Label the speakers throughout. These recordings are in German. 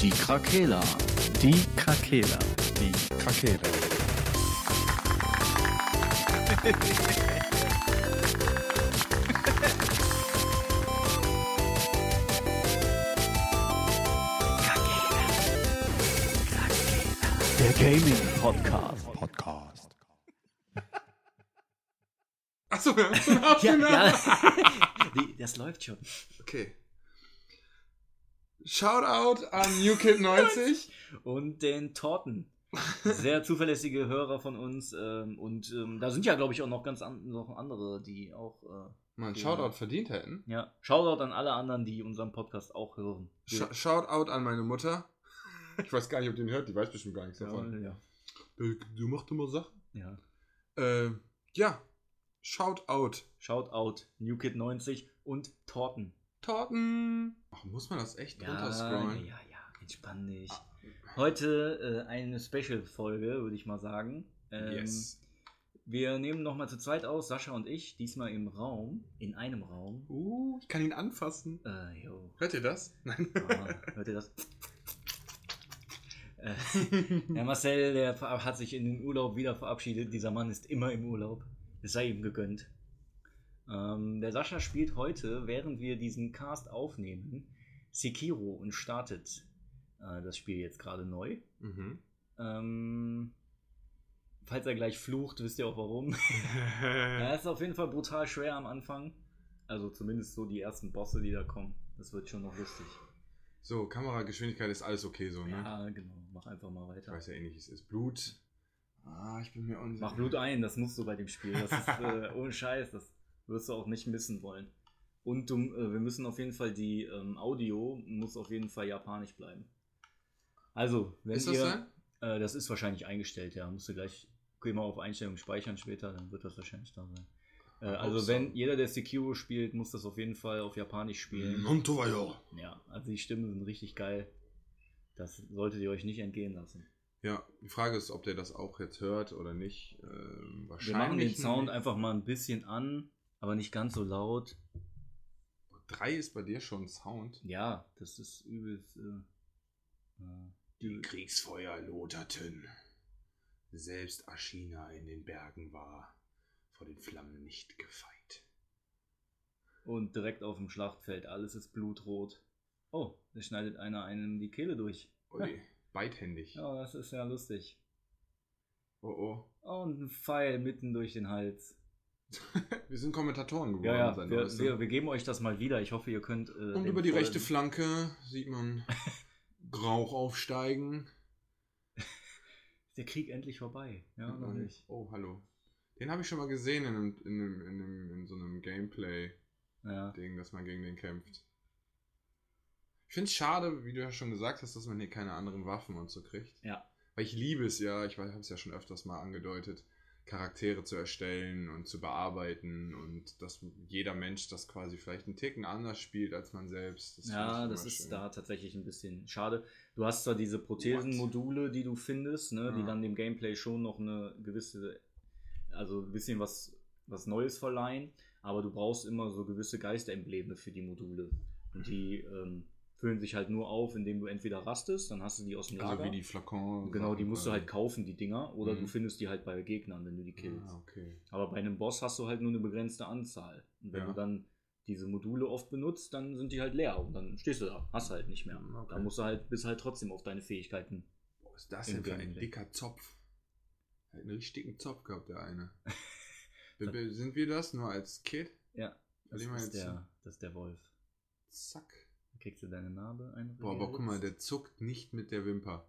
Speaker 1: Die Krakela.
Speaker 2: Die Krakela.
Speaker 1: Die Krakela.
Speaker 2: Der Gaming Podcast.
Speaker 1: Podcast.
Speaker 3: Achso, wir haben schon
Speaker 2: Genau.
Speaker 3: aufgenommen.
Speaker 4: Nee, das läuft schon.
Speaker 3: Okay. Shoutout an NewKid90.
Speaker 4: Und den Torten. Sehr zuverlässige Hörer von uns. Ähm, und ähm, da sind ja, glaube ich, auch noch ganz an, noch andere, die auch. Äh,
Speaker 3: Mal einen
Speaker 4: Ja.
Speaker 3: Shoutout verdient hätten.
Speaker 4: ja, Shoutout an alle anderen, die unseren Podcast auch hören.
Speaker 3: Sh Shoutout an meine Mutter. Ich weiß gar nicht, ob die ihn hört, die weiß bestimmt gar nichts davon.
Speaker 4: ja, ja.
Speaker 3: Du, du machst immer Sachen.
Speaker 4: ja.
Speaker 3: Äh, ja. Shoutout.
Speaker 4: Shoutout NewKid90 und Torten.
Speaker 3: Torten. Ach, muss man das echt
Speaker 4: Ja,
Speaker 3: runterscrollen?
Speaker 4: ja, ja, entspann dich. Heute äh, eine Special-Folge, würde ich mal sagen. Ähm,
Speaker 3: Yes.
Speaker 4: Wir nehmen nochmal zu zweit aus, Sascha und ich, diesmal im Raum, in einem Raum.
Speaker 3: Uh, ich kann ihn anfassen.
Speaker 4: Äh, jo.
Speaker 3: Hört ihr das? Nein.
Speaker 4: Ah, hört ihr das? Äh,
Speaker 3: Hm.
Speaker 4: der Marcel, der ver- hat sich in den Urlaub wieder verabschiedet. Dieser Mann ist immer im Urlaub. Es sei ihm gegönnt. Ähm, der Sascha spielt heute, während wir diesen Cast aufnehmen, Sekiro und startet äh, das Spiel jetzt gerade neu.
Speaker 3: Mhm.
Speaker 4: Ähm, falls er gleich flucht, wisst ihr auch warum. Ja, ist auf jeden Fall brutal schwer am Anfang. Also zumindest so die ersten Bosse, die da kommen. Das wird schon noch lustig.
Speaker 3: So, Kamerageschwindigkeit ist alles okay so, ne?
Speaker 4: Ja, genau. Mach einfach mal
Speaker 3: Ich
Speaker 4: weiter.
Speaker 3: weiß ja eh nicht, es ist Blut. Ah, ich bin mir unsicher.
Speaker 4: Mach Blut ein, das musst du bei dem Spiel. Das ist äh, ohne Scheiß, das wirst du auch nicht missen wollen. Und du, äh, wir müssen auf jeden Fall die ähm, Audio muss auf jeden Fall japanisch bleiben. Also, wenn
Speaker 3: Ist das
Speaker 4: ihr,
Speaker 3: sein?
Speaker 4: Äh, das ist wahrscheinlich eingestellt, ja. Musst du gleich, geh mal auf Einstellungen speichern später, dann wird das wahrscheinlich da sein. Äh,
Speaker 3: Hope
Speaker 4: also
Speaker 3: so.
Speaker 4: wenn jeder, der Sekiro spielt, muss das auf jeden Fall auf Japanisch
Speaker 3: Mhm.
Speaker 4: spielen.
Speaker 3: Montoya.
Speaker 4: Ja, also die Stimmen sind richtig geil. Das solltet ihr euch nicht entgehen lassen.
Speaker 3: Ja, die Frage ist, ob der das auch jetzt hört oder nicht. Ähm, wahrscheinlich.
Speaker 4: Wir machen den Sound
Speaker 3: nicht.
Speaker 4: einfach mal ein bisschen an, aber nicht ganz so laut.
Speaker 3: Drei ist bei dir schon Sound.
Speaker 4: Ja, das ist übelst. Äh, äh,
Speaker 3: Die Kriegsfeuer loderten. Selbst Ashina in den Bergen war vor den Flammen nicht gefeit.
Speaker 4: und direkt auf dem Schlachtfeld, alles ist blutrot. Oh, da schneidet einer einem die Kehle durch.
Speaker 3: Ui, beidhändig.
Speaker 4: Ja, das ist ja lustig.
Speaker 3: Oh oh.
Speaker 4: Und ein Pfeil mitten durch den Hals.
Speaker 3: Wir sind Kommentatoren geworden.
Speaker 4: Ja, ja,
Speaker 3: seit
Speaker 4: wir,
Speaker 3: neuestem.
Speaker 4: wir, wir geben euch das mal wieder. Ich hoffe, ihr könnt. Äh,
Speaker 3: Und
Speaker 4: dem
Speaker 3: über die
Speaker 4: vollen-
Speaker 3: rechte Flanke sieht man Rauch aufsteigen.
Speaker 4: Ist der Krieg endlich vorbei? Ja, noch nicht.
Speaker 3: Oh, hallo. Den habe ich schon mal gesehen in, einem, in, einem, in, einem, in so einem Gameplay-Ding,
Speaker 4: Ja.
Speaker 3: dass man gegen den kämpft. Ich finde es schade, wie du ja schon gesagt hast, dass man hier keine anderen Waffen und so kriegt.
Speaker 4: Ja.
Speaker 3: Weil ich liebe es ja, ich habe es ja schon öfters mal angedeutet, Charaktere zu erstellen und zu bearbeiten und dass jeder Mensch das quasi vielleicht einen Ticken anders spielt als man selbst. finde ich
Speaker 4: ja,
Speaker 3: immer
Speaker 4: das ist
Speaker 3: schön.
Speaker 4: da tatsächlich ein bisschen schade. Du hast zwar diese Prothesenmodule, die du findest, ne, die
Speaker 3: Ja.
Speaker 4: dann dem Gameplay schon noch eine gewisse, also ein bisschen was, was Neues verleihen, aber du brauchst immer so gewisse Geisterembleme für die Module. Und die ähm, füllen sich halt nur auf, indem du entweder rastest, dann hast du die aus dem Lager.
Speaker 3: Also wie die Flakon.
Speaker 4: genau, die musst du halt kaufen, die Dinger, oder
Speaker 3: Mhm.
Speaker 4: du findest die halt bei Gegnern, wenn du die killst.
Speaker 3: Ah, okay.
Speaker 4: Aber bei einem Boss hast du halt nur eine begrenzte Anzahl. Und wenn
Speaker 3: Ja.
Speaker 4: du dann diese Module oft benutzt, dann sind die halt leer und dann stehst du da, hast halt nicht mehr.
Speaker 3: Mm, okay.
Speaker 4: Da musst du halt, bist halt trotzdem auf deine Fähigkeiten.
Speaker 3: Was ist das
Speaker 4: Im
Speaker 3: denn für ein
Speaker 4: Gameplay.
Speaker 3: dicker Zopf? Hat einen richtigen Zopf gehabt, der eine. Be- be- Sind wir das nur als Kid?
Speaker 4: Ja.
Speaker 3: Hat
Speaker 4: Das
Speaker 3: jemand
Speaker 4: ist,
Speaker 3: Also jetzt einen
Speaker 4: der, das ist der Wolf.
Speaker 3: Zack.
Speaker 4: Da kriegst du deine Narbe ein.
Speaker 3: Boah, aber guck mal, der zuckt nicht mit der Wimper.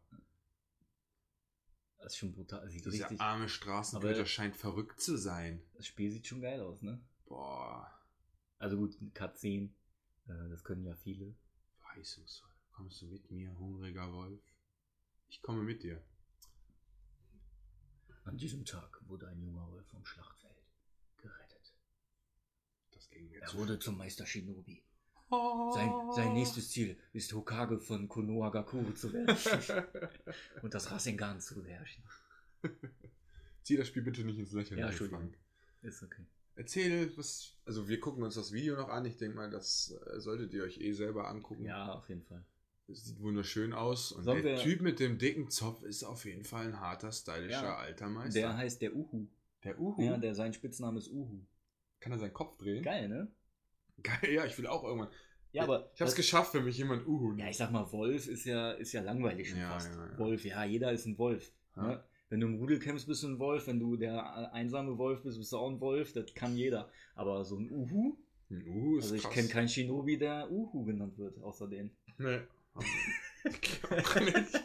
Speaker 4: Das ist schon brutal. Sieht
Speaker 3: Dieser
Speaker 4: richtig,
Speaker 3: arme
Speaker 4: Aber-
Speaker 3: Straßenköter scheint verrückt zu sein.
Speaker 4: das Spiel sieht schon geil aus, ne?
Speaker 3: Boah,
Speaker 4: Also gut, Cutscene, äh, das können ja viele.
Speaker 3: verheißungsvoll. Kommst du mit mir, hungriger Wolf? Ich komme mit dir.
Speaker 4: An diesem Tag wurde ein junger Wolf vom Schlachtfeld gerettet.
Speaker 3: Das ging mir
Speaker 4: Er
Speaker 3: zu.
Speaker 4: wurde zum Meister Shinobi. Sein,
Speaker 3: Oh.
Speaker 4: sein nächstes Ziel ist Hokage von Konoha Gakure zu werden und das Rasengan zu beherrschen.
Speaker 3: Zieh das Spiel bitte nicht ins
Speaker 4: Ja,
Speaker 3: Lächeln,
Speaker 4: Entschuldigung.
Speaker 3: Frank.
Speaker 4: Ist okay.
Speaker 3: Erzähl, was. Also, wir gucken uns das Video noch an. Ich denke mal, das äh, solltet ihr euch eh selber angucken.
Speaker 4: Ja, auf jeden Fall.
Speaker 3: Sieht wunderschön aus. Und
Speaker 4: Sollen
Speaker 3: der
Speaker 4: wir-
Speaker 3: Typ mit dem dicken Zopf ist auf jeden Fall ein harter, stylischer
Speaker 4: Ja.
Speaker 3: alter Meister.
Speaker 4: Der heißt der Uhu.
Speaker 3: Der Uhu.
Speaker 4: Ja, der, sein Spitzname ist Uhu.
Speaker 3: Kann er seinen Kopf drehen?
Speaker 4: Geil, ne?
Speaker 3: Geil, ja, ich will auch irgendwann.
Speaker 4: Ja, aber.
Speaker 3: Ich hab's
Speaker 4: das-
Speaker 3: geschafft, wenn mich jemand Uhu
Speaker 4: Ja,
Speaker 3: nennt.
Speaker 4: ich sag mal, Wolf ist ja, ist ja langweilig schon
Speaker 3: Ja,
Speaker 4: fast.
Speaker 3: ja, ja.
Speaker 4: Wolf, ja, jeder ist ein Wolf.
Speaker 3: Ja.
Speaker 4: Ne? Wenn du im Rudel kämpfst, bist du ein Wolf. Wenn du der einsame Wolf bist, bist du auch ein Wolf. Das kann jeder. Aber so ein Uhu,
Speaker 3: Ein Uhu ist
Speaker 4: also ich
Speaker 3: krass.
Speaker 4: kenne keinen Shinobi, der Uhu genannt wird, außer den.
Speaker 3: Nee. Auch nicht.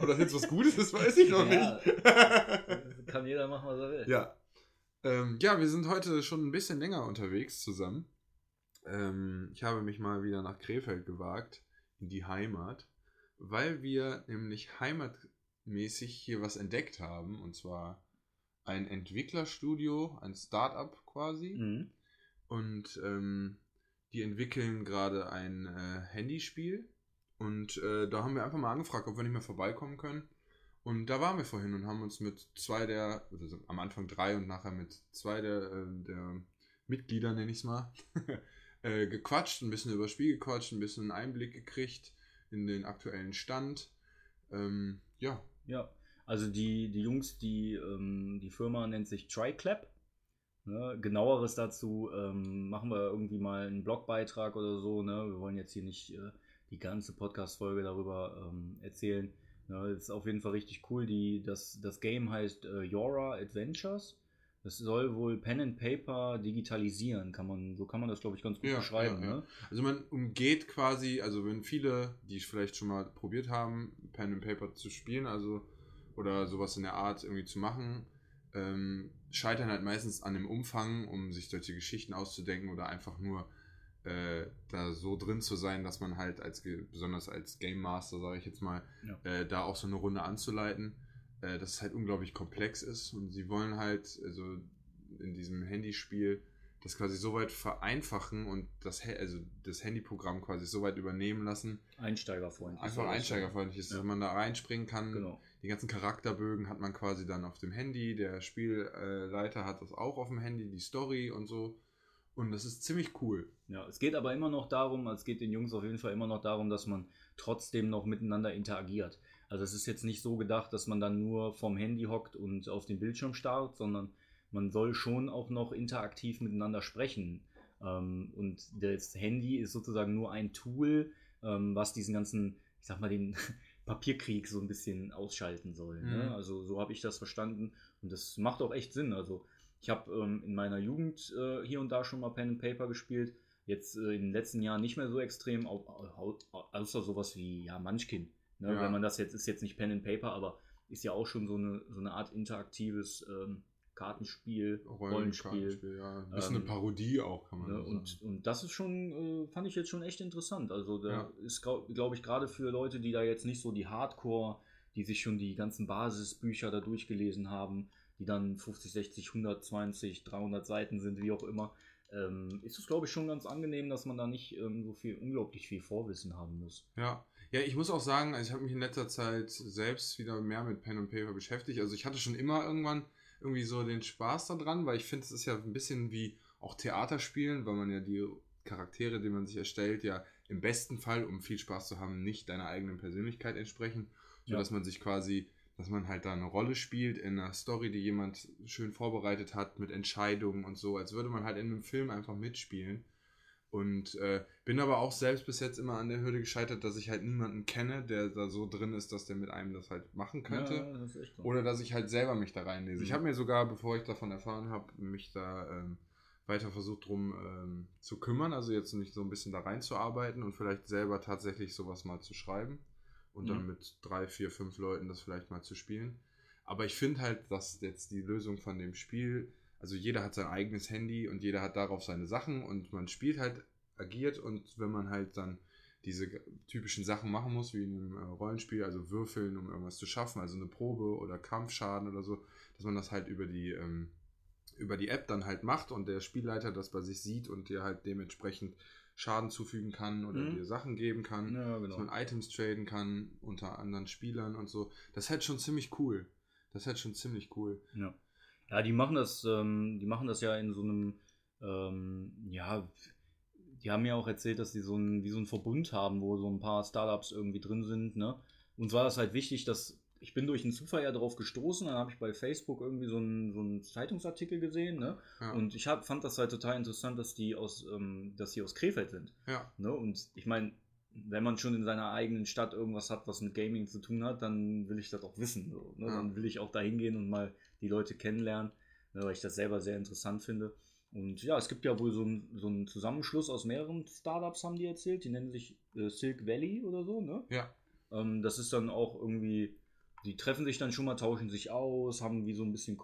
Speaker 3: Ob das jetzt was Gutes ist, weiß ich noch
Speaker 4: Ja.
Speaker 3: nicht.
Speaker 4: Kann jeder machen, was er will.
Speaker 3: ja. Ähm, ja, wir sind heute schon ein bisschen länger unterwegs zusammen. Ähm, ich habe mich mal wieder nach Krefeld gewagt, in die Heimat, weil wir nämlich heimatmäßig hier was entdeckt haben. Und zwar ein Entwicklerstudio, ein Startup quasi.
Speaker 4: Mhm.
Speaker 3: Und ähm, die entwickeln gerade ein äh, Handyspiel. Und äh, da haben wir einfach mal angefragt, ob wir nicht mehr vorbeikommen können. Und da waren wir vorhin und haben uns mit zwei der, oder so, am Anfang drei und nachher mit zwei der, äh, der Mitglieder, nenne ich es mal, äh, gequatscht, ein bisschen über das Spiel gequatscht, ein bisschen einen Einblick gekriegt in den aktuellen Stand. Ähm, ja,
Speaker 4: Ja, also die, die Jungs, die, ähm, die Firma nennt sich TriClap. Ne? Genaueres dazu ähm, machen wir irgendwie mal einen Blogbeitrag oder so. Ne? Wir wollen jetzt hier nicht äh, die ganze Podcast-Folge darüber ähm, erzählen. Ne? Ist auf jeden Fall richtig cool. Die, das, das Game heißt äh, Yora Adventures. Das soll wohl Pen and Paper digitalisieren, kann man, so kann man das, glaube ich, ganz gut
Speaker 3: Ja,
Speaker 4: beschreiben.
Speaker 3: ja, ja.
Speaker 4: Ne?
Speaker 3: Also man umgeht quasi, also wenn viele, die vielleicht schon mal probiert haben, Pen and Paper zu spielen, also oder sowas in der Art irgendwie zu machen, ähm, scheitern halt meistens an dem Umfang, um sich solche Geschichten auszudenken oder einfach nur äh, da so drin zu sein, dass man halt als ge- besonders als Game Master, sage ich jetzt mal, äh, da auch so eine Runde anzuleiten, äh, dass es halt unglaublich komplex ist und sie wollen halt also in diesem Handyspiel das quasi so weit vereinfachen und das, Ha- also das Handyprogramm quasi so weit übernehmen lassen,
Speaker 4: Einsteigerfreundlich.
Speaker 3: einfach einsteigerfreundlich ist,
Speaker 4: Ja.
Speaker 3: dass man da reinspringen kann.
Speaker 4: Genau.
Speaker 3: Die ganzen Charakterbögen hat man quasi dann auf dem Handy, der Spielleiter hat das auch auf dem Handy, die Story und so. Und das ist ziemlich cool.
Speaker 4: Ja, es geht aber immer noch darum, also es geht den Jungs auf jeden Fall immer noch darum, dass man trotzdem noch miteinander interagiert. Also es ist jetzt nicht so gedacht, dass man dann nur vom Handy hockt und auf den Bildschirm starrt, sondern man soll schon auch noch interaktiv miteinander sprechen. Ähm, und das Handy ist sozusagen nur ein Tool, ähm, was diesen ganzen, ich sag mal, den Papierkrieg so ein bisschen ausschalten soll.
Speaker 3: Mhm.
Speaker 4: Ne? Also so habe ich das verstanden. Und das macht auch echt Sinn. Also ich habe ähm, in meiner Jugend äh, hier und da schon mal Pen and Paper gespielt jetzt äh, in den letzten Jahren nicht mehr so extrem, au- au- au- außer sowas wie ja, Munchkin. Ne?
Speaker 3: Ja.
Speaker 4: Wenn man das jetzt, ist jetzt nicht Pen and Paper, aber ist ja auch schon so eine, so eine Art interaktives ähm, Kartenspiel, Rollenspiel.
Speaker 3: Rollenspiel, ja. Ein bisschen
Speaker 4: Ähm,
Speaker 3: eine Parodie auch, kann man
Speaker 4: Ne?
Speaker 3: so
Speaker 4: Und, und das ist schon, äh, fand ich jetzt schon echt interessant. Also da
Speaker 3: Ja.
Speaker 4: ist, glaube ich, gerade für Leute, die da jetzt nicht so die Hardcore, die sich schon die ganzen Basisbücher da durchgelesen haben, die dann 50, 60, 120, 300 Seiten sind, wie auch immer, ähm, ist es, glaube ich, schon ganz angenehm, dass man da nicht ähm, so viel, unglaublich viel Vorwissen haben muss.
Speaker 3: Ja. ja, ich muss auch sagen, also ich habe mich in letzter Zeit selbst wieder mehr mit Pen und Paper beschäftigt. Also ich hatte schon immer irgendwann irgendwie so den Spaß daran, weil ich finde, es ist ja ein bisschen wie auch Theaterspielen, weil man ja die Charaktere, die man sich erstellt, ja im besten Fall, um viel Spaß zu haben, nicht deiner eigenen Persönlichkeit entsprechen,
Speaker 4: Ja.
Speaker 3: sodass man sich quasi, dass man halt da eine Rolle spielt in einer Story, die jemand schön vorbereitet hat mit Entscheidungen und so, als würde man halt in einem Film einfach mitspielen. Und äh, bin aber auch selbst bis jetzt immer an der Hürde gescheitert, dass ich halt niemanden kenne, der da so drin ist, dass der mit einem das halt machen könnte.
Speaker 4: Ja, das ist echt so.
Speaker 3: Oder dass ich halt selber mich da reinlese. Ich
Speaker 4: Mhm.
Speaker 3: habe mir sogar, bevor ich davon erfahren habe, mich da ähm, weiter versucht drum ähm, zu kümmern, also jetzt nicht so ein bisschen da reinzuarbeiten und vielleicht selber tatsächlich sowas mal zu schreiben und dann
Speaker 4: Mhm.
Speaker 3: mit drei, vier, fünf Leuten das vielleicht mal zu spielen. Aber ich finde halt, dass jetzt die Lösung von dem Spiel, also jeder hat sein eigenes Handy und jeder hat darauf seine Sachen und man spielt halt, agiert und wenn man halt dann diese g- typischen Sachen machen muss, wie in einem äh, Rollenspiel, also würfeln, um irgendwas zu schaffen, also eine Probe oder Kampfschaden oder so, dass man das halt über die, ähm, über die App dann halt macht und der Spielleiter das bei sich sieht und dir halt dementsprechend Schaden zufügen kann oder
Speaker 4: Mhm.
Speaker 3: dir Sachen geben kann
Speaker 4: ja, genau.
Speaker 3: dass man Items traden kann unter anderen Spielern und so. Das ist halt schon ziemlich cool. Das ist halt schon ziemlich cool.
Speaker 4: Ja. Ja, die machen das, ähm, die machen das ja in so einem, ähm, ja, Die haben ja auch erzählt, dass die so ein, wie so einen Verbund haben, wo so ein paar Startups irgendwie drin sind, ne? Uns war das halt wichtig, dass ich bin durch einen Zufall ja drauf gestoßen, dann habe ich bei Facebook irgendwie so einen, so einen Zeitungsartikel gesehen, ne?
Speaker 3: Ja.
Speaker 4: Und ich hab, fand das halt total interessant, dass die aus, ähm, dass die aus Krefeld sind.
Speaker 3: ja.
Speaker 4: Ne? Und ich meine, wenn man schon in seiner eigenen Stadt irgendwas hat, was mit Gaming zu tun hat, dann will ich das auch wissen. So, ne?
Speaker 3: Ja.
Speaker 4: Dann will ich auch da hingehen und mal die Leute kennenlernen, ne? weil ich das selber sehr interessant finde. Und ja, es gibt ja wohl so einen so einen Zusammenschluss aus mehreren Startups, haben die erzählt. Die nennen sich äh, Silk Valley oder so, ne?
Speaker 3: Ja.
Speaker 4: Ähm, das ist dann auch irgendwie, die treffen sich dann schon mal, tauschen sich aus, haben wie so ein bisschen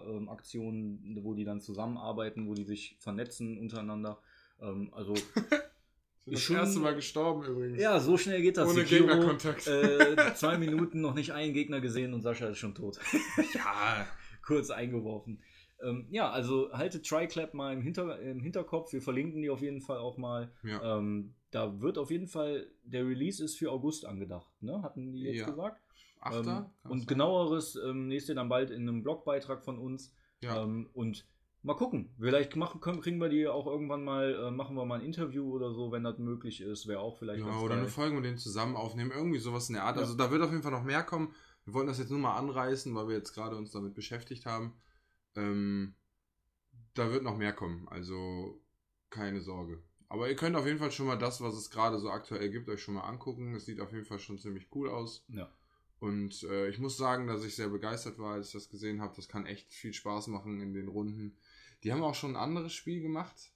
Speaker 4: Coworker-Aktionen, wo die dann zusammenarbeiten, wo die sich vernetzen untereinander. Ähm, also,
Speaker 3: Sind das
Speaker 4: Schon-
Speaker 3: erste Mal gestorben übrigens.
Speaker 4: ja, so schnell geht das.
Speaker 3: Ohne
Speaker 4: Sekiro,
Speaker 3: Gegnerkontakt.
Speaker 4: Äh, zwei Minuten noch nicht einen Gegner gesehen und Sascha ist schon tot.
Speaker 3: ja.
Speaker 4: Kurz eingeworfen. Ähm, ja, also haltet TriClap mal im, Hinter im Hinterkopf. Wir verlinken die auf jeden Fall auch mal.
Speaker 3: ja.
Speaker 4: Ähm, da wird auf jeden Fall, der Release ist für August angedacht, ne? Hatten die jetzt
Speaker 3: Ja.
Speaker 4: gesagt?
Speaker 3: Achter?
Speaker 4: Ähm,
Speaker 3: Kann das
Speaker 4: und
Speaker 3: sein?
Speaker 4: genaueres ähm, lest ihr dann bald in einem Blogbeitrag von uns.
Speaker 3: Ja.
Speaker 4: Ähm, und mal gucken. Vielleicht machen, können, kriegen wir die auch irgendwann mal, äh, machen wir mal ein Interview oder so, wenn das möglich ist. Wäre auch vielleicht
Speaker 3: ja,
Speaker 4: ganz
Speaker 3: oder
Speaker 4: geil.
Speaker 3: eine Folge mit denen zusammen aufnehmen, irgendwie sowas in der Art.
Speaker 4: Ja.
Speaker 3: Also da wird auf jeden Fall noch mehr kommen. Wir wollten das jetzt nur mal anreißen, weil wir jetzt gerade uns damit beschäftigt haben. Ähm, da wird noch mehr kommen, also keine Sorge. Aber ihr könnt auf jeden Fall schon mal das, was es gerade so aktuell gibt, euch schon mal angucken. Es sieht auf jeden Fall schon ziemlich cool aus.
Speaker 4: Ja.
Speaker 3: Und äh, ich muss sagen, dass ich sehr begeistert war, als ich das gesehen habe. Das kann echt viel Spaß machen in den Runden. Die haben auch schon ein anderes Spiel gemacht,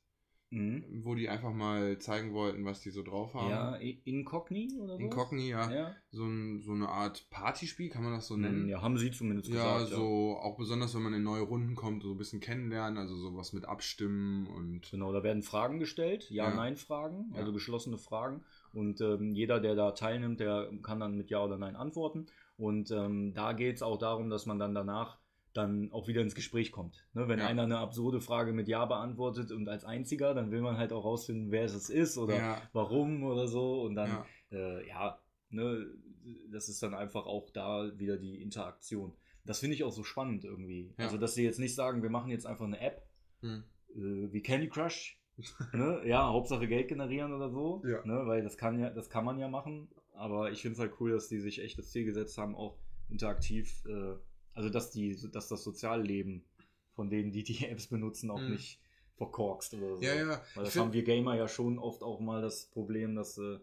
Speaker 4: Mhm.
Speaker 3: wo die einfach mal zeigen wollten, was die so drauf haben.
Speaker 4: Ja, i- Incogni oder so?
Speaker 3: Incogni, ja.
Speaker 4: Ja. Hm,
Speaker 3: So, ein, so eine Art Partyspiel, kann man das so nennen?
Speaker 4: ja, haben sie zumindest
Speaker 3: Ja,
Speaker 4: gesagt. Ja.
Speaker 3: so auch besonders, wenn man in neue Runden kommt, so ein bisschen kennenlernen, also sowas mit Abstimmen und
Speaker 4: Genau, da werden Fragen gestellt,
Speaker 3: Ja.
Speaker 4: Ja-Nein-Fragen,
Speaker 3: Ja.
Speaker 4: also geschlossene Fragen. Und ähm, jeder, der da teilnimmt, der kann dann mit Ja oder Nein antworten. Und ähm, da geht es auch darum, dass man dann danach dann auch wieder ins Gespräch kommt. Ne, wenn
Speaker 3: Ja.
Speaker 4: einer eine absurde Frage mit Ja beantwortet und als einziger, dann will man halt auch rausfinden, wer es es ist oder
Speaker 3: ja,
Speaker 4: warum oder so. Und dann,
Speaker 3: ja,
Speaker 4: äh, ja, ne, das ist dann einfach auch da wieder die Interaktion. Das finde ich auch so spannend irgendwie.
Speaker 3: Ja.
Speaker 4: Also, dass sie jetzt nicht sagen, wir machen jetzt einfach eine App,
Speaker 3: hm,
Speaker 4: äh, wie Candy Crush. ne? Ja, Hauptsache Geld generieren oder so.
Speaker 3: Ja.
Speaker 4: Ne? Weil das kann ja, das kann man ja machen. Aber ich finde es halt cool, dass die sich echt das Ziel gesetzt haben, auch interaktiv, äh, also dass die, dass das Sozialleben von denen, die die Apps benutzen, auch
Speaker 3: Mhm.
Speaker 4: nicht verkorkst oder so.
Speaker 3: ja, ja.
Speaker 4: Weil
Speaker 3: Ich
Speaker 4: das haben
Speaker 3: find,
Speaker 4: wir Gamer ja schon oft auch mal das Problem, dass äh,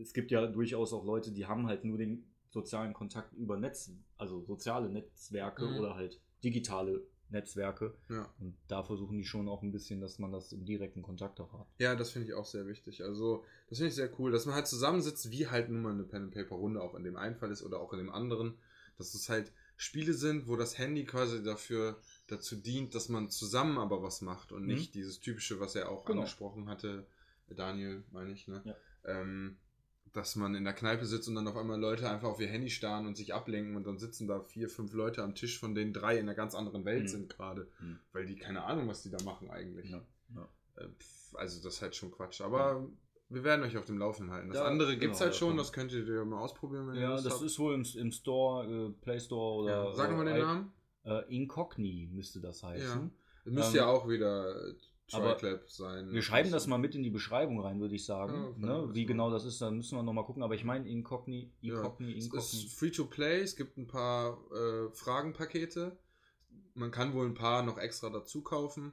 Speaker 4: es gibt ja durchaus auch Leute, die haben halt nur den sozialen Kontakt über Netz, also soziale Netzwerke
Speaker 3: Mhm.
Speaker 4: oder halt digitale Netzwerke.
Speaker 3: Ja.
Speaker 4: Und da versuchen die schon auch ein bisschen, dass man das im direkten Kontakt auch hat.
Speaker 3: ja, das finde ich auch sehr wichtig. Also, das finde ich sehr cool, dass man halt zusammensitzt, wie halt nun mal eine Pen-and-Paper-Runde auch in dem einen Fall ist oder auch in dem anderen. Dass es halt Spiele sind, wo das Handy quasi dafür dazu dient, dass man zusammen aber was macht und
Speaker 4: Mhm.
Speaker 3: nicht dieses typische, was er auch
Speaker 4: Genau.
Speaker 3: angesprochen hatte, Daniel, meine ich, ne?
Speaker 4: Ja.
Speaker 3: Ähm, dass man in der Kneipe sitzt und dann auf einmal Leute einfach auf ihr Handy starren und sich ablenken und dann sitzen da vier, fünf Leute am Tisch, von denen drei in einer ganz anderen Welt
Speaker 4: Mhm.
Speaker 3: sind gerade,
Speaker 4: Mhm.
Speaker 3: weil die keine Ahnung, was die da machen eigentlich.
Speaker 4: Ja, ja.
Speaker 3: Äh, pf, Also das ist halt schon Quatsch, aber wir werden euch auf dem Laufenden halten. Das
Speaker 4: Ja,
Speaker 3: andere
Speaker 4: genau,
Speaker 3: gibt es halt
Speaker 4: ja,
Speaker 3: schon,
Speaker 4: komm.
Speaker 3: das könnt ihr mal ausprobieren, wenn ihr
Speaker 4: Ja,
Speaker 3: Lust
Speaker 4: das
Speaker 3: habt.
Speaker 4: ist wohl im, im Store, äh, Play Store oder.
Speaker 3: ja. Sag
Speaker 4: oder
Speaker 3: mal den
Speaker 4: I-
Speaker 3: Namen.
Speaker 4: Äh, Incogni müsste das heißen.
Speaker 3: Das müsste
Speaker 4: Ähm,
Speaker 3: ja auch wieder
Speaker 4: aber
Speaker 3: Triclap sein. Also,
Speaker 4: Wir schreiben das mal mit in die Beschreibung rein, würde ich
Speaker 3: Ja,
Speaker 4: sagen.
Speaker 3: können wir
Speaker 4: ne?
Speaker 3: das
Speaker 4: Wie
Speaker 3: machen.
Speaker 4: genau das ist, dann müssen wir nochmal gucken. Aber ich meine Incogni,
Speaker 3: Ja,
Speaker 4: Incogni,
Speaker 3: Es
Speaker 4: Incogni.
Speaker 3: ist free to play, es gibt ein paar äh, Fragenpakete. Man kann wohl ein paar noch extra dazu kaufen.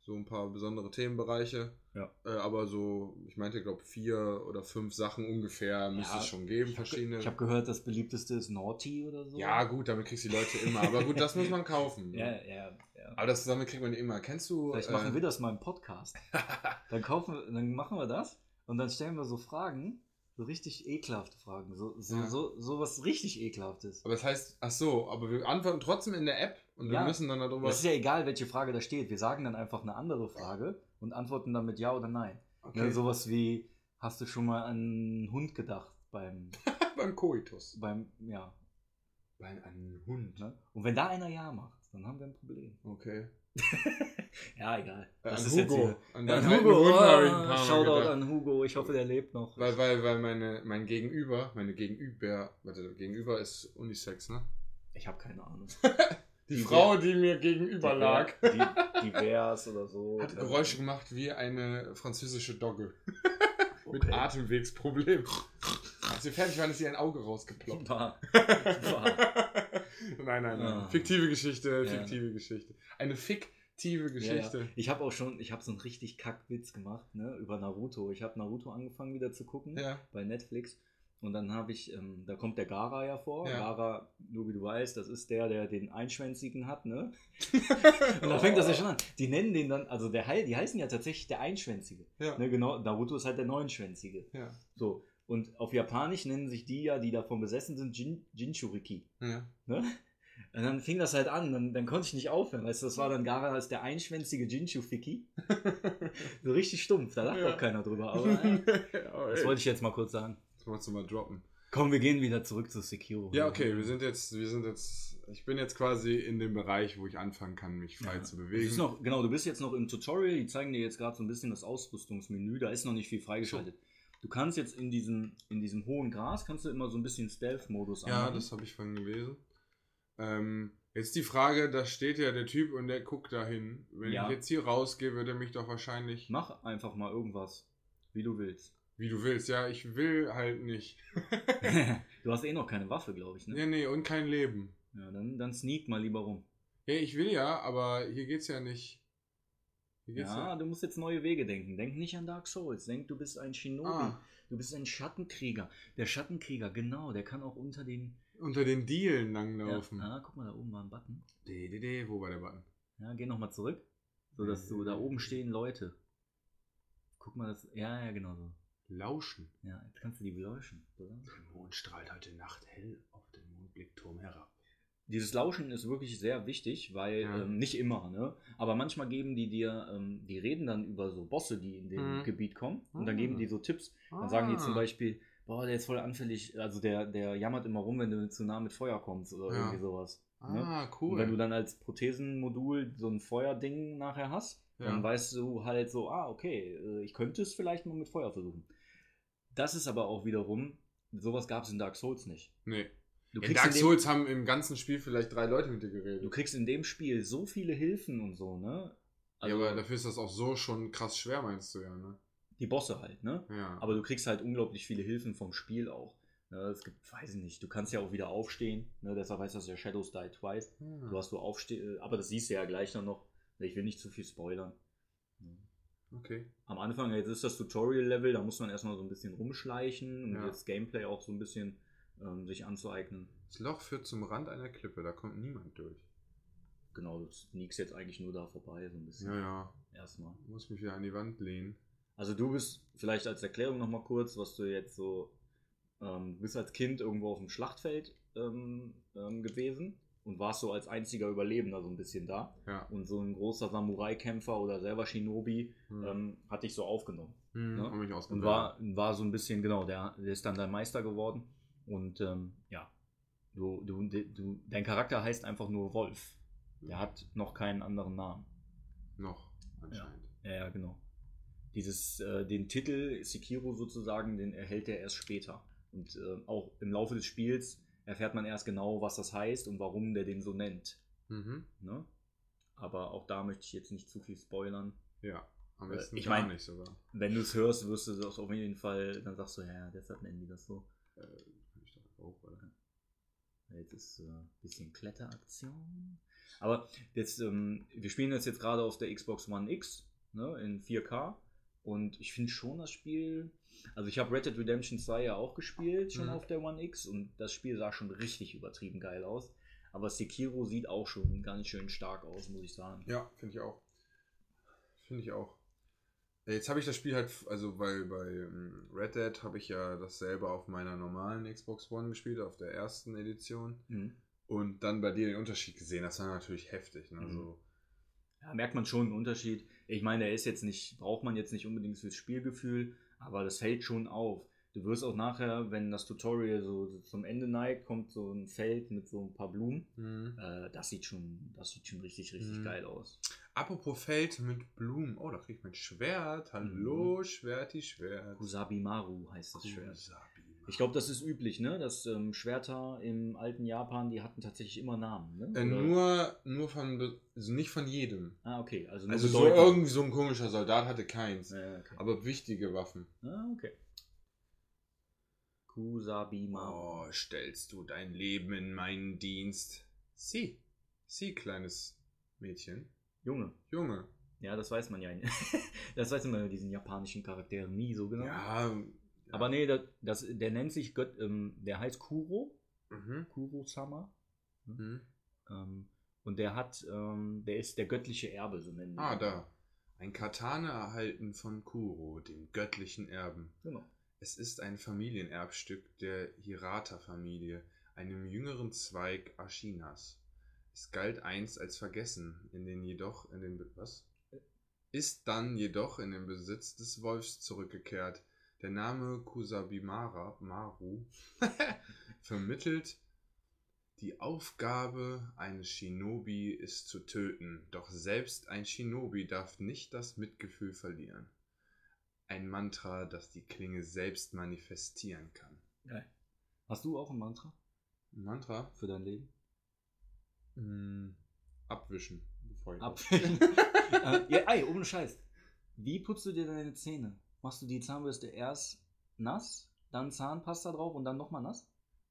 Speaker 3: So ein paar besondere Themenbereiche.
Speaker 4: Ja.
Speaker 3: Äh, aber so, ich meinte, glaube vier oder fünf Sachen ungefähr müsste
Speaker 4: Ja,
Speaker 3: es schon geben,
Speaker 4: Ich hab ge-
Speaker 3: verschiedene.
Speaker 4: Ich habe gehört, das beliebteste ist Naughty oder so.
Speaker 3: ja, gut, damit kriegst du die Leute immer. Aber gut, das muss man kaufen. ne?
Speaker 4: Ja, ja, ja.
Speaker 3: Aber das damit kriegt man die immer. Kennst du. äh,
Speaker 4: Vielleicht machen wir das mal im Podcast. Dann kaufen wir, dann machen wir das und dann stellen wir so Fragen, so richtig ekelhafte Fragen, so, so,
Speaker 3: Ja.
Speaker 4: so, so was richtig ekelhaftes.
Speaker 3: Aber das heißt, ach so, aber wir antworten trotzdem in der App und
Speaker 4: Ja.
Speaker 3: wir müssen dann darüber.
Speaker 4: Das ist ja egal, welche Frage da steht. Wir sagen dann einfach eine andere Frage und antworten dann mit Ja oder Nein.
Speaker 3: okay.
Speaker 4: Okay. Ja, sowas wie, hast du schon mal an einen Hund gedacht beim,
Speaker 3: beim Koitus.
Speaker 4: beim, ja.
Speaker 3: Bei einem Hund.
Speaker 4: Ne? Und wenn da einer Ja macht, dann haben wir ein Problem.
Speaker 3: Okay.
Speaker 4: Ja, egal.
Speaker 3: Äh,
Speaker 4: Das
Speaker 3: an
Speaker 4: ist jetzt
Speaker 3: Hugo.
Speaker 4: hier.
Speaker 3: An
Speaker 4: Ja,
Speaker 3: deinen
Speaker 4: Hugo,
Speaker 3: alten Hund habe ich halt ein
Speaker 4: ah,
Speaker 3: paar Mal
Speaker 4: Shoutout
Speaker 3: gedacht.
Speaker 4: an Hugo, ich hoffe, der lebt noch.
Speaker 3: Weil, weil, weil meine, mein Gegenüber, meine Gegenüber, warte, Gegenüber ist Unisex, ne?
Speaker 4: ich habe keine Ahnung.
Speaker 5: Die,
Speaker 4: Die
Speaker 5: Frau, die mir gegenüber lag.
Speaker 4: Di- Divers oder so.
Speaker 3: Hat Geräusche gemacht wie eine französische Dogge. Mit
Speaker 4: Okay.
Speaker 3: Atemwegsproblem. Als sie fertig waren, ist ihr ein Auge rausgeploppt.
Speaker 4: War. War.
Speaker 3: nein, nein, nein.
Speaker 4: Ah.
Speaker 3: Fiktive Geschichte,
Speaker 4: Ja.
Speaker 3: fiktive Geschichte. Eine fiktive Geschichte.
Speaker 4: Ja, ja. Ich habe auch schon, ich habe so einen richtig Kackwitz gemacht, ne, über Naruto. Ich habe Naruto angefangen wieder zu gucken
Speaker 3: Ja.
Speaker 4: bei Netflix und dann habe ich, ähm, da kommt der Gara ja vor.
Speaker 3: Ja.
Speaker 4: Gara, nur wie du weißt, das ist der, der den Einschwänzigen hat, ne? und da fängt das ja schon an. Die nennen den dann, also der Heil, die heißen ja tatsächlich der Einschwänzige.
Speaker 3: Ja.
Speaker 4: Ne, genau, Naruto ist halt der Neunschwänzige.
Speaker 3: Ja.
Speaker 4: So. Und auf Japanisch nennen sich die ja, die davon besessen sind, Jin, Jinchuriki. ne?
Speaker 3: Ja.
Speaker 4: Und dann fing das halt an, dann, dann konnte ich nicht aufhören. Weißt du, das war dann Gara als der einschwänzige Jinchu-Fiki. so richtig stumpf, da lacht
Speaker 3: Ja.
Speaker 4: auch keiner drüber. Aber äh,
Speaker 3: Oh,
Speaker 4: das
Speaker 3: ey.
Speaker 4: wollte ich jetzt mal kurz sagen.
Speaker 3: Das wolltest du mal droppen.
Speaker 4: Komm, wir gehen wieder zurück zu Sekiro.
Speaker 3: Ja, okay, wir sind jetzt, wir sind jetzt, ich bin jetzt quasi in dem Bereich, wo ich anfangen kann, mich frei
Speaker 4: Ja.
Speaker 3: zu
Speaker 4: Das
Speaker 3: bewegen.
Speaker 4: ist noch, genau, du bist jetzt noch im Tutorial, die zeigen dir jetzt gerade so ein bisschen das Ausrüstungsmenü, da ist noch nicht viel freigeschaltet. Du kannst jetzt in diesem, in diesem hohen Gras, kannst du immer so ein bisschen Stealth-Modus
Speaker 3: ja,
Speaker 4: anmachen.
Speaker 3: das habe ich vorhin gelesen. Ähm, jetzt die Frage, da steht ja der Typ und der guckt dahin. Wenn
Speaker 4: Ja.
Speaker 3: ich jetzt hier rausgehe, würde er mich doch wahrscheinlich,
Speaker 4: Mach einfach mal irgendwas, wie du willst.
Speaker 3: wie du willst. Ja, ich will halt nicht.
Speaker 4: du hast eh noch keine Waffe, glaube ich,
Speaker 3: Nee,
Speaker 4: ne?
Speaker 3: nee, und kein Leben.
Speaker 4: Ja, dann, dann sneak mal lieber rum.
Speaker 3: Ja, ich will ja, aber hier geht's ja nicht. Hier geht's
Speaker 4: Ja,
Speaker 3: ja.
Speaker 4: du musst jetzt neue Wege denken. Denk nicht an Dark Souls. Denk, du bist ein Shinobi.
Speaker 3: Ah,
Speaker 4: Du bist ein Schattenkrieger. Der Schattenkrieger, genau, der kann auch unter den.
Speaker 3: unter den Dielen langlaufen.
Speaker 4: Ja, ah, guck mal, da oben war ein Button.
Speaker 3: De, de, de, wo war der Button?
Speaker 4: Ja, geh nochmal zurück. So dass du, da oben stehen Leute. Guck mal, das. Ja, ja, genau so.
Speaker 3: Lauschen.
Speaker 4: Ja, jetzt kannst du die beleuchten, oder?
Speaker 1: Der Mond strahlt heute Nacht hell auf den Mondblickturm herab.
Speaker 4: Dieses Lauschen ist wirklich sehr wichtig, weil
Speaker 3: Ja.
Speaker 4: ähm, nicht immer, ne? Aber manchmal geben die dir, ähm, die reden dann über so Bosse, die in dem
Speaker 3: Mhm.
Speaker 4: Gebiet kommen und dann
Speaker 3: Ah.
Speaker 4: geben die so Tipps, Dann sagen die zum Beispiel, boah, der ist voll anfällig, also der, der jammert immer rum, wenn du zu nah mit Feuer kommst oder
Speaker 3: Ja.
Speaker 4: irgendwie sowas. ne?
Speaker 3: Ah,
Speaker 4: Und
Speaker 3: cool.
Speaker 4: wenn du dann als Prothesenmodul so ein Feuerding nachher hast, dann
Speaker 3: Ja.
Speaker 4: weißt du halt so, ah, okay, äh, ich könnte es vielleicht mal mit Feuer versuchen. Das ist aber auch wiederum, sowas gab es in Dark Souls nicht.
Speaker 3: nee.
Speaker 4: Du
Speaker 3: In
Speaker 4: kriegst in,
Speaker 3: Dark
Speaker 4: dem,
Speaker 3: Souls haben im ganzen Spiel vielleicht drei Leute mit dir
Speaker 4: du
Speaker 3: geredet.
Speaker 4: kriegst in dem Spiel so viele Hilfen und so, ne? Also
Speaker 3: ja, aber dafür ist das auch so schon krass schwer, meinst du ja, ne?
Speaker 4: die Bosse halt, ne?
Speaker 3: Ja.
Speaker 4: Aber du kriegst halt unglaublich viele Hilfen vom Spiel auch. Ne, es gibt, weiß ich nicht, du kannst ja auch wieder aufstehen. Ne, deshalb heißt das ja Shadows Die Twice.
Speaker 3: Ja.
Speaker 4: Du hast so aufstehen, aber das siehst du ja gleich dann noch. Ich will nicht zu viel spoilern. Ne.
Speaker 3: Okay.
Speaker 4: Am Anfang, jetzt ist das Tutorial-Level, da muss man erstmal so ein bisschen rumschleichen und
Speaker 3: Ja.
Speaker 4: das Gameplay auch so ein bisschen ähm, sich anzueignen.
Speaker 3: Das Loch führt zum Rand einer Klippe, da kommt niemand durch.
Speaker 4: Genau, du sneakst jetzt eigentlich nur da vorbei, so ein bisschen.
Speaker 3: Ja, ja.
Speaker 4: Erstmal.
Speaker 3: Muss mich wieder an die Wand lehnen.
Speaker 4: Also du bist vielleicht als Erklärung nochmal kurz, was du jetzt so, ähm, du bist als Kind irgendwo auf dem Schlachtfeld ähm, ähm, gewesen und warst so als einziger Überlebender so ein bisschen da.
Speaker 3: Ja.
Speaker 4: Und so ein großer Samurai-Kämpfer oder selber Shinobi
Speaker 3: Hm.
Speaker 4: ähm, hat dich so aufgenommen.
Speaker 3: Hm,
Speaker 4: ne?
Speaker 3: hab mich
Speaker 4: Und
Speaker 3: ausgebildet.
Speaker 4: war, war so ein bisschen, genau, der, der ist dann dein Meister geworden. Und ähm, ja, du, du, du, dein Charakter heißt einfach nur Wolf. Der hat noch keinen anderen Namen.
Speaker 3: Noch, anscheinend.
Speaker 4: Ja, ja, genau. Dieses, äh, den Titel Sekiro sozusagen, den erhält er erst später. Und äh, auch im Laufe des Spiels erfährt man erst genau, was das heißt und warum der den so nennt.
Speaker 3: Mhm.
Speaker 4: Ne? Aber auch da möchte ich jetzt nicht zu viel spoilern.
Speaker 3: Ja. Am
Speaker 4: Äh,
Speaker 3: besten
Speaker 4: ich
Speaker 3: gar
Speaker 4: mein-
Speaker 3: nicht sogar.
Speaker 4: Wenn du es hörst, wirst du das auf jeden Fall, dann sagst du, ja, ja, deshalb nennen die das so.
Speaker 3: Ich dachte auch, oder?
Speaker 4: Jetzt ist äh, ein bisschen Kletteraktion. Aber jetzt, ähm, wir spielen das jetzt gerade auf der Xbox One X ne, in 4K. Und ich finde schon das Spiel. Also, ich habe Red Dead Redemption 2 ja auch gespielt, schon
Speaker 3: Mhm.
Speaker 4: auf der One X. Und das Spiel sah schon richtig übertrieben geil aus. Aber Sekiro sieht auch schon ganz schön stark aus, muss ich sagen.
Speaker 3: Ja, finde ich auch. Finde ich auch. Äh, Jetzt habe ich das Spiel halt, f- also bei, bei ähm, Red Dead habe ich ja dasselbe auf meiner normalen Xbox One gespielt, auf der ersten Edition.
Speaker 4: Mhm.
Speaker 3: Und dann bei dir den Unterschied gesehen. Das war natürlich heftig. Ne?
Speaker 4: Mhm.
Speaker 3: So,
Speaker 4: Ja, merkt man schon einen Unterschied. Ich meine, der ist jetzt nicht, braucht man jetzt nicht unbedingt fürs Spielgefühl, aber das fällt schon auf. Du wirst auch nachher, wenn das Tutorial so zum Ende neigt, kommt so ein Feld mit so ein paar Blumen. Äh, das sieht schon, das sieht schon richtig, richtig
Speaker 3: Mhm.
Speaker 4: geil aus.
Speaker 3: Apropos Feld mit Blumen. Oh, da
Speaker 4: Mhm.
Speaker 3: krieg ich mein Schwert. Hallo, Schwerti, Schwert. Oh.
Speaker 4: Kusabimaru heißt das Schwert.
Speaker 3: Kusabi,
Speaker 4: Ich glaube, das ist üblich, ne? Dass ähm, Schwerter im alten Japan, die hatten tatsächlich immer Namen. Ne?
Speaker 3: Äh,
Speaker 4: Oder-
Speaker 3: nur, nur von, be- also nicht von jedem.
Speaker 4: Ah, okay. Also, nur
Speaker 3: Also so
Speaker 4: Bedeutung.
Speaker 3: irgendwie so ein komischer Soldat hatte keins.
Speaker 4: Ja, okay.
Speaker 3: Aber wichtige Waffen.
Speaker 4: Ah, okay. Kusabima.
Speaker 3: Oh, stellst du dein Leben in meinen Dienst? Sie. Sie, kleines Mädchen.
Speaker 4: Junge.
Speaker 3: Junge.
Speaker 4: Ja, das weiß man ja. das weiß man bei diesen japanischen Charakteren nie so genau.
Speaker 3: Ja.
Speaker 4: Aber nee, das, das, der nennt sich Gott, ähm, der heißt Kuro.
Speaker 3: Mhm.
Speaker 4: Kuro-sama.
Speaker 3: Mhm.
Speaker 4: Ähm, und der hat, ähm, der ist der göttliche Erbe, so nennen die
Speaker 3: Ah,
Speaker 4: ihn.
Speaker 3: da. Ein Katana erhalten von Kuro, dem göttlichen Erben.
Speaker 4: Genau.
Speaker 3: Es ist ein Familienerbstück der Hirata-Familie, einem jüngeren Zweig Ashinas. Es galt einst als vergessen, in den jedoch in den Be- was? Ist dann jedoch in den Besitz des Wolfs zurückgekehrt. Der Name Kusabimara Maru vermittelt die Aufgabe eines Shinobi ist zu töten, doch selbst ein Shinobi darf nicht das Mitgefühl verlieren ein Mantra, das die Klinge selbst manifestieren kann.
Speaker 4: Hast du auch ein Mantra
Speaker 3: Ein Mantra?
Speaker 4: für dein Leben?
Speaker 3: Mm, abwischen, bevor ich.
Speaker 4: Hm. Ab. äh, ja, ey, ohne Scheiß. Wie putzt du dir deine Zähne? Machst du die Zahnbürste erst nass, dann Zahnpasta drauf und dann nochmal nass?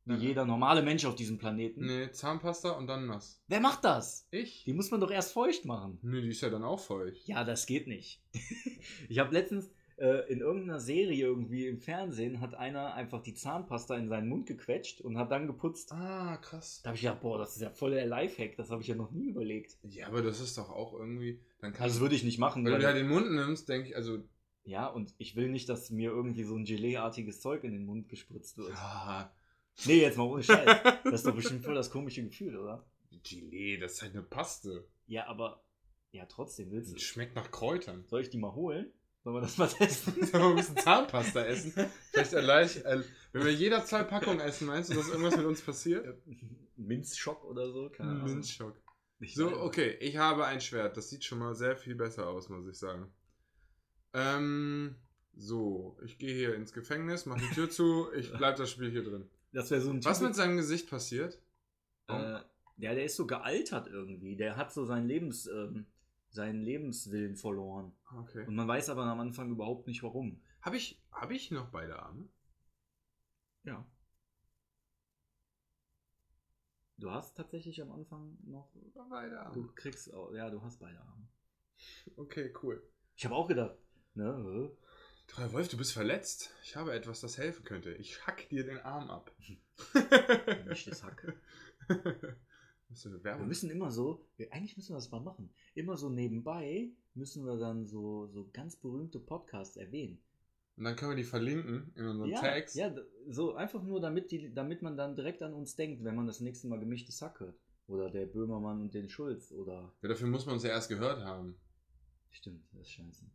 Speaker 4: Wie
Speaker 3: Nein.
Speaker 4: jeder normale Mensch auf diesem Planeten.
Speaker 3: Mhm. Nee, Zahnpasta und dann nass.
Speaker 4: Wer macht das?
Speaker 3: Ich?
Speaker 4: Die muss man doch erst feucht machen.
Speaker 3: Nö, die ist ja dann auch feucht.
Speaker 4: Ja, das geht nicht. ich habe letztens äh, in irgendeiner Serie irgendwie im Fernsehen hat einer einfach die Zahnpasta in seinen Mund gequetscht und hat dann geputzt.
Speaker 3: Ah, krass.
Speaker 4: Da habe ich gedacht, boah, das ist ja voll der Lifehack. Das habe ich ja noch nie überlegt.
Speaker 3: Ja, aber das ist doch auch irgendwie. Dann
Speaker 4: Also,
Speaker 3: kannst
Speaker 4: das würde ich nicht machen.
Speaker 3: Wenn du
Speaker 4: weil-
Speaker 3: die halt in den Mund nimmst, denke ich, also.
Speaker 4: Ja, und ich will nicht, dass mir irgendwie so ein Gelee-artiges Zeug in den Mund gespritzt wird.
Speaker 3: Ja,
Speaker 4: Nee, jetzt mal ohne Scheiß. Das ist doch bestimmt voll das komische Gefühl, oder?
Speaker 3: Gelee, das ist halt eine Paste.
Speaker 4: Ja, aber ja, trotzdem willst du.
Speaker 3: Das schmeckt nach Kräutern.
Speaker 4: Soll ich die mal holen? Sollen wir das mal testen?
Speaker 3: Sollen wir ein bisschen Zahnpasta essen? Vielleicht erleicht. Äh, wenn wir jeder zwei Packungen essen, meinst du, dass irgendwas mit uns passiert?
Speaker 4: Äh, Minzschock oder so? Keine Ahnung.
Speaker 3: Minzschock.
Speaker 4: Ich weiß
Speaker 3: So,
Speaker 4: nicht.
Speaker 3: okay, ich habe ein Schwert. Das sieht schon mal sehr viel besser aus, muss ich sagen. Ähm, so, ich gehe hier ins Gefängnis, mache die Tür zu, ich bleib das Spiel hier drin.
Speaker 4: Das wäre so ein
Speaker 3: Was
Speaker 4: Typ-
Speaker 3: mit seinem Gesicht passiert? Oh,
Speaker 4: Äh, ja, der ist so gealtert irgendwie. Der hat so seinen, Lebens, ähm, seinen Lebenswillen verloren.
Speaker 3: Okay.
Speaker 4: Und man weiß aber am Anfang überhaupt nicht warum.
Speaker 3: Habe ich, hab ich noch beide Arme?
Speaker 4: Ja. Du hast tatsächlich am Anfang noch
Speaker 3: Beide
Speaker 4: Du kriegst, au- ja, du hast beide Arme.
Speaker 3: Okay, cool.
Speaker 4: Ich habe auch gedacht, ne?
Speaker 3: Treuer Wolf, du bist verletzt. Ich habe etwas, das helfen könnte. Ich hack dir den Arm ab.
Speaker 4: Echtes Hack.
Speaker 3: Musst du eine
Speaker 4: Wir
Speaker 3: Werbung
Speaker 4: müssen immer so, wir, eigentlich müssen wir das mal machen. Immer so nebenbei müssen wir dann so, so ganz berühmte Podcasts erwähnen.
Speaker 3: Und dann können wir die verlinken in unseren
Speaker 4: ja,
Speaker 3: Tags.
Speaker 4: ja, d- so einfach nur, damit, die, damit man dann direkt an uns denkt, wenn man das nächste Mal gemischtes Hack hört. Oder der Böhmermann und den Schulz. Oder.
Speaker 3: ja. Dafür muss man uns ja erst gehört haben.
Speaker 4: Stimmt, das ist scheiße.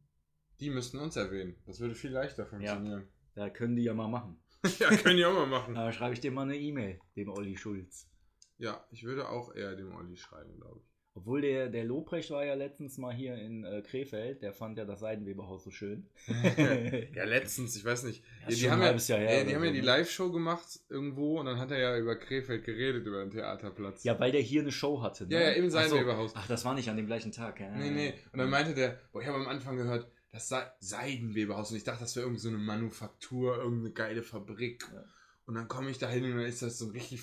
Speaker 3: Die müssten uns erwähnen. Das würde viel leichter funktionieren.
Speaker 4: Da können die ja mal machen.
Speaker 3: Ja, können die auch mal machen.
Speaker 4: Da schreibe ich dir mal eine E-Mail, dem Olli Schulz.
Speaker 3: Ja, ich würde auch eher dem Olli schreiben, glaube ich.
Speaker 4: Obwohl der, der Lobrecht war ja letztens mal hier in äh, Krefeld, der fand ja das Seidenweberhaus so schön.
Speaker 3: Ja, letztens, ich weiß nicht.
Speaker 4: Ja,
Speaker 3: Ja,
Speaker 4: ist
Speaker 3: die
Speaker 4: schon
Speaker 3: haben,
Speaker 4: ein
Speaker 3: ja,
Speaker 4: halbes Jahr her
Speaker 3: ey,
Speaker 4: oder
Speaker 3: die haben ja
Speaker 4: so,
Speaker 3: die
Speaker 4: ne?
Speaker 3: Live-Show gemacht irgendwo und dann hat er ja über Krefeld geredet, über den Theaterplatz.
Speaker 4: Ja, weil der hier eine Show hatte. Ne?
Speaker 3: ja, ja im
Speaker 4: Ach so.
Speaker 3: Seidenweberhaus.
Speaker 4: Ach, das war nicht an dem gleichen Tag. Ja,
Speaker 3: nee, nee. Und dann meinte der, boah, ich habe am Anfang gehört, das sei Seidenweberhaus und ich dachte, das wäre irgendeine so eine Manufaktur, irgendeine geile Fabrik.
Speaker 4: Ja.
Speaker 3: Und dann komme ich da hin und dann ist das so ein richtig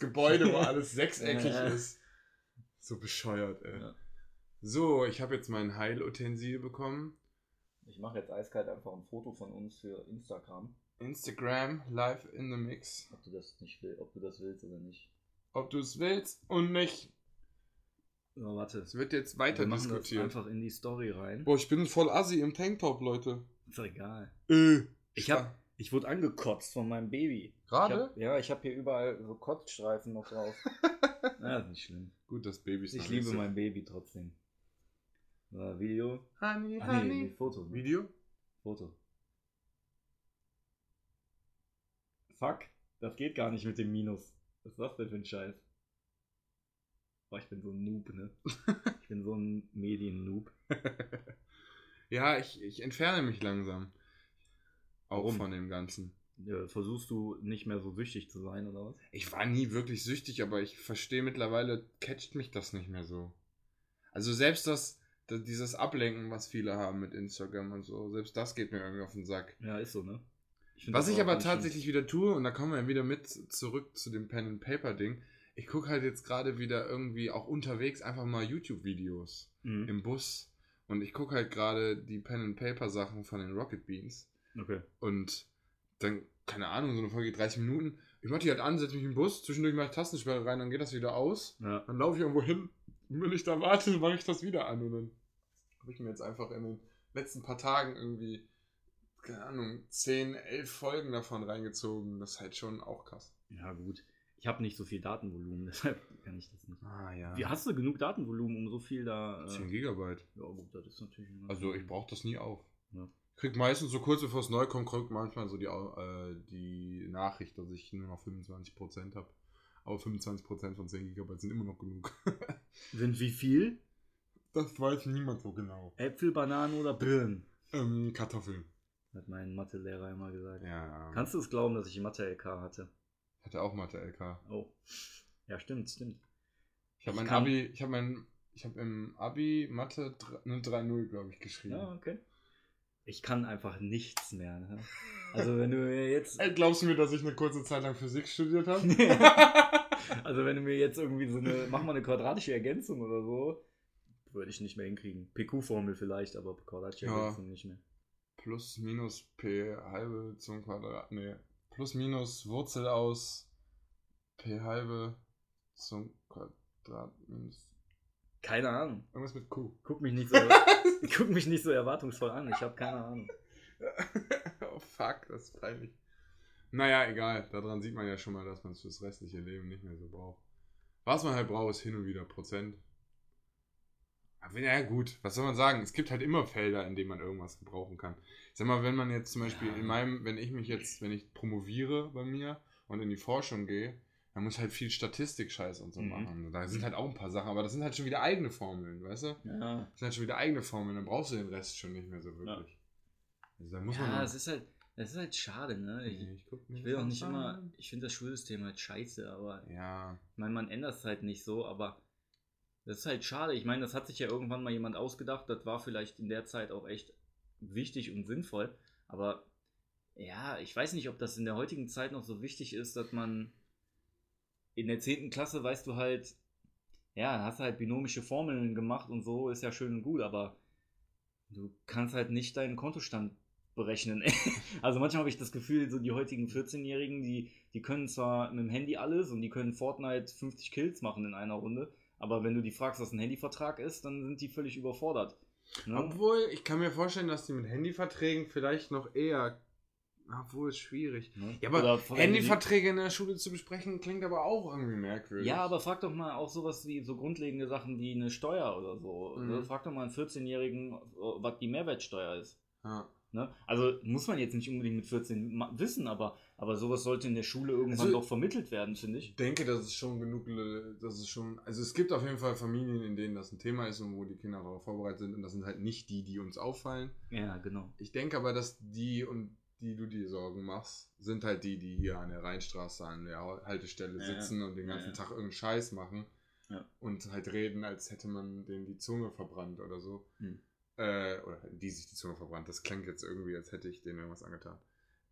Speaker 3: Gebäude, wo alles sechseckig
Speaker 4: Ja.
Speaker 3: ist. So bescheuert, ey.
Speaker 4: Ja.
Speaker 3: So, ich habe jetzt mein Heilutensil bekommen.
Speaker 4: Ich mache jetzt eiskalt einfach ein Foto von uns für Instagram,
Speaker 3: Instagram live in the mix.
Speaker 4: ob du das nicht will, ob du das willst oder nicht.
Speaker 3: Ob du es willst und nicht.
Speaker 4: Oh, warte.
Speaker 3: Es wird jetzt weiter
Speaker 4: Wir machen
Speaker 3: diskutiert.
Speaker 4: Das einfach in die Story rein.
Speaker 3: Boah, ich bin voll assi im Tanktop, Leute.
Speaker 4: Ist doch egal.
Speaker 3: Äh.
Speaker 4: Ich hab, ich wurde angekotzt von meinem Baby. Ich
Speaker 3: Gerade?
Speaker 4: hab, ja, ich habe hier überall so Kotzstreifen noch drauf. ja, ist nicht schlimm.
Speaker 3: Gut, das Baby ist
Speaker 4: Ich
Speaker 3: noch
Speaker 4: liebe
Speaker 3: nicht so-
Speaker 4: mein Baby trotzdem. Äh, Video.
Speaker 3: Honey,
Speaker 4: Ah, nee, nee,
Speaker 3: honey.
Speaker 4: Foto. ne?
Speaker 3: Video?
Speaker 4: Foto. Fuck, das geht gar nicht mit dem Minus. Was ist das denn für ein Scheiß? Boah, ich bin so ein Noob, ne? Ich bin so ein Medien-Noob.
Speaker 3: ja, ich, ich entferne mich langsam. Auch
Speaker 4: Warum?
Speaker 3: von dem Ganzen.
Speaker 4: äh, versuchst du nicht mehr so süchtig zu sein oder was?
Speaker 3: Ich war nie wirklich süchtig, aber ich verstehe mittlerweile, catcht mich das nicht mehr so. Also selbst das, das, dieses Ablenken, was viele haben mit Instagram und so, selbst das geht mir irgendwie auf den Sack.
Speaker 4: Ja, ist so, ne? find
Speaker 3: Was
Speaker 4: das
Speaker 3: ich
Speaker 4: auch
Speaker 3: aber
Speaker 4: ganz schön.
Speaker 3: tatsächlich wieder tue, und da kommen wir dann wieder mit zurück zu dem Pen and Paper Ding, ich gucke halt jetzt gerade wieder irgendwie auch unterwegs einfach mal YouTube-Videos
Speaker 4: Mhm.
Speaker 3: im Bus. Und ich gucke halt gerade die Pen and Paper Sachen von den Rocket Beans.
Speaker 4: Okay.
Speaker 3: Und dann, keine Ahnung, so eine Folge 30 Minuten. Ich mach die halt an, setze mich im Bus, zwischendurch mache ich Tastensperre rein, dann geht das wieder aus.
Speaker 4: Ja.
Speaker 3: Dann laufe ich irgendwo hin. Und wenn ich da warte, mache ich das wieder an. Und dann habe ich mir jetzt einfach in den letzten paar Tagen irgendwie, keine Ahnung, 10, 11 Folgen davon reingezogen. Das ist halt schon auch krass.
Speaker 4: ja, gut. Ich habe nicht so viel Datenvolumen, deshalb kann ich das nicht.
Speaker 3: Ah ja.
Speaker 4: Wie hast du genug Datenvolumen, um so viel da.
Speaker 3: 10
Speaker 4: Äh,
Speaker 3: Gigabyte.
Speaker 4: ja, gut, das ist natürlich. eine-
Speaker 3: Also ich brauche das nie auf.
Speaker 4: Ja.
Speaker 3: Krieg meistens so kurz bevor es neu kommt, krieg manchmal so die, Au- äh, die Nachricht, dass ich nur noch 25% habe. Aber 25% von 10 GB sind immer noch genug.
Speaker 4: Sind wie viel?
Speaker 3: Das weiß niemand so genau.
Speaker 4: Äpfel, Bananen oder Birnen?
Speaker 3: Ähm, Kartoffeln.
Speaker 4: Hat mein Mathelehrer immer gesagt.
Speaker 3: Ja, ja.
Speaker 4: Kannst du es glauben, dass ich Mathe-LK hatte?
Speaker 3: Hatte auch Mathe LK.
Speaker 4: Oh. Ja, stimmt, stimmt.
Speaker 3: Ich habe mein
Speaker 4: kann-
Speaker 3: Abi, ich habe mein, ich habe im Abi Mathe dr- eine 3-0, glaube ich, geschrieben.
Speaker 4: Ja, okay. Ich kann einfach nichts mehr. Ne? Also wenn du mir jetzt,
Speaker 3: Ey, Äh, glaubst du mir, dass ich eine kurze Zeit lang Physik studiert habe?
Speaker 4: also wenn du mir jetzt irgendwie so eine, mach mal eine quadratische Ergänzung oder so, würde ich nicht mehr hinkriegen. PQ-Formel vielleicht, aber quadratische
Speaker 3: Ja.
Speaker 4: Ergänzung nicht mehr.
Speaker 3: plus minus p halbe zum Quadrat, nee, plus minus Wurzel aus p halbe zum Quadrat minus
Speaker 4: Keine Ahnung.
Speaker 3: irgendwas mit q.
Speaker 4: Guck mich nicht so, guck mich nicht so erwartungsvoll an. Ich habe keine Ahnung.
Speaker 3: oh fuck, das ist peinlich. Naja, egal, daran sieht man ja schon mal, dass man es fürs restliche Leben nicht mehr so braucht. Was man halt braucht, ist hin und wieder Prozent. Aber ja gut, was soll man sagen? Es gibt halt immer Felder, in denen man irgendwas gebrauchen kann. Ich sag mal, wenn man jetzt zum Beispiel
Speaker 4: Ja.
Speaker 3: in meinem, wenn ich mich jetzt, wenn ich promoviere bei mir und in die Forschung gehe, dann muss halt viel Statistik-Scheiß und so
Speaker 4: Mhm.
Speaker 3: machen. Da sind halt auch ein paar Sachen, aber das sind halt schon wieder eigene Formeln, weißt du?
Speaker 4: Ja.
Speaker 3: Das sind halt schon wieder eigene Formeln, dann brauchst du den Rest schon nicht mehr so wirklich. Also da muss man
Speaker 4: Ja,
Speaker 3: mal-
Speaker 4: es ist halt, es ist halt schade, ne? Ich,
Speaker 3: Nee, ich, guck
Speaker 4: ich will auch nicht immer, ich finde das Schulsystem halt scheiße, aber
Speaker 3: Ja,
Speaker 4: Ich meine, man ändert es halt nicht so, aber das ist halt schade. Ich meine, das hat sich ja irgendwann mal jemand ausgedacht. Das war vielleicht in der Zeit auch echt wichtig und sinnvoll. Aber ja, ich weiß nicht, ob das in der heutigen Zeit noch so wichtig ist, dass man in der 10. Klasse weißt du halt, ja, hast halt binomische Formeln gemacht und so, ist ja schön und gut, aber du kannst halt nicht deinen Kontostand berechnen. also manchmal habe ich das Gefühl, so die heutigen 14-Jährigen, die, die können zwar mit dem Handy alles und die können Fortnite 50 Kills machen in einer Runde, aber wenn du die fragst, was ein Handyvertrag ist, dann sind die völlig überfordert. Ne?
Speaker 3: obwohl ich kann mir vorstellen, dass die mit Handyverträgen vielleicht noch eher, obwohl ist schwierig.
Speaker 4: Ne?
Speaker 3: Ja, aber
Speaker 4: Oder wenn du die-
Speaker 3: Handyverträge in der Schule zu besprechen klingt aber auch irgendwie merkwürdig.
Speaker 4: Ja, aber frag doch mal auch sowas wie so grundlegende Sachen wie eine Steuer oder so.
Speaker 3: Mhm.
Speaker 4: Ne? Frag doch mal einen 14-Jährigen, äh, was die Mehrwertsteuer ist.
Speaker 3: Ja.
Speaker 4: Ne? Also muss man jetzt nicht unbedingt mit 14 ma- wissen, aber, aber sowas sollte in der Schule irgendwann
Speaker 3: Also-
Speaker 4: doch vermittelt werden, finde ich.
Speaker 3: Ich denke, dass es schon genug, Le- dass es schon, also es gibt auf jeden Fall Familien, in denen das ein Thema ist und wo die Kinder darauf vorbereitet sind und das sind halt nicht die, die uns auffallen.
Speaker 4: Ja, genau.
Speaker 3: Ich denke aber, dass die und die du dir Sorgen machst, sind halt die, die hier an der Rheinstraße an der Haltestelle
Speaker 4: Ja,
Speaker 3: sitzen und den
Speaker 4: Ja,
Speaker 3: ganzen
Speaker 4: ja.
Speaker 3: Tag irgendeinen Scheiß machen
Speaker 4: Ja.
Speaker 3: und halt reden, als hätte man denen die Zunge verbrannt oder so.
Speaker 4: Hm.
Speaker 3: Äh, oder hätten die sich die Zunge verbrannt. Das klang jetzt irgendwie, als hätte ich denen irgendwas angetan.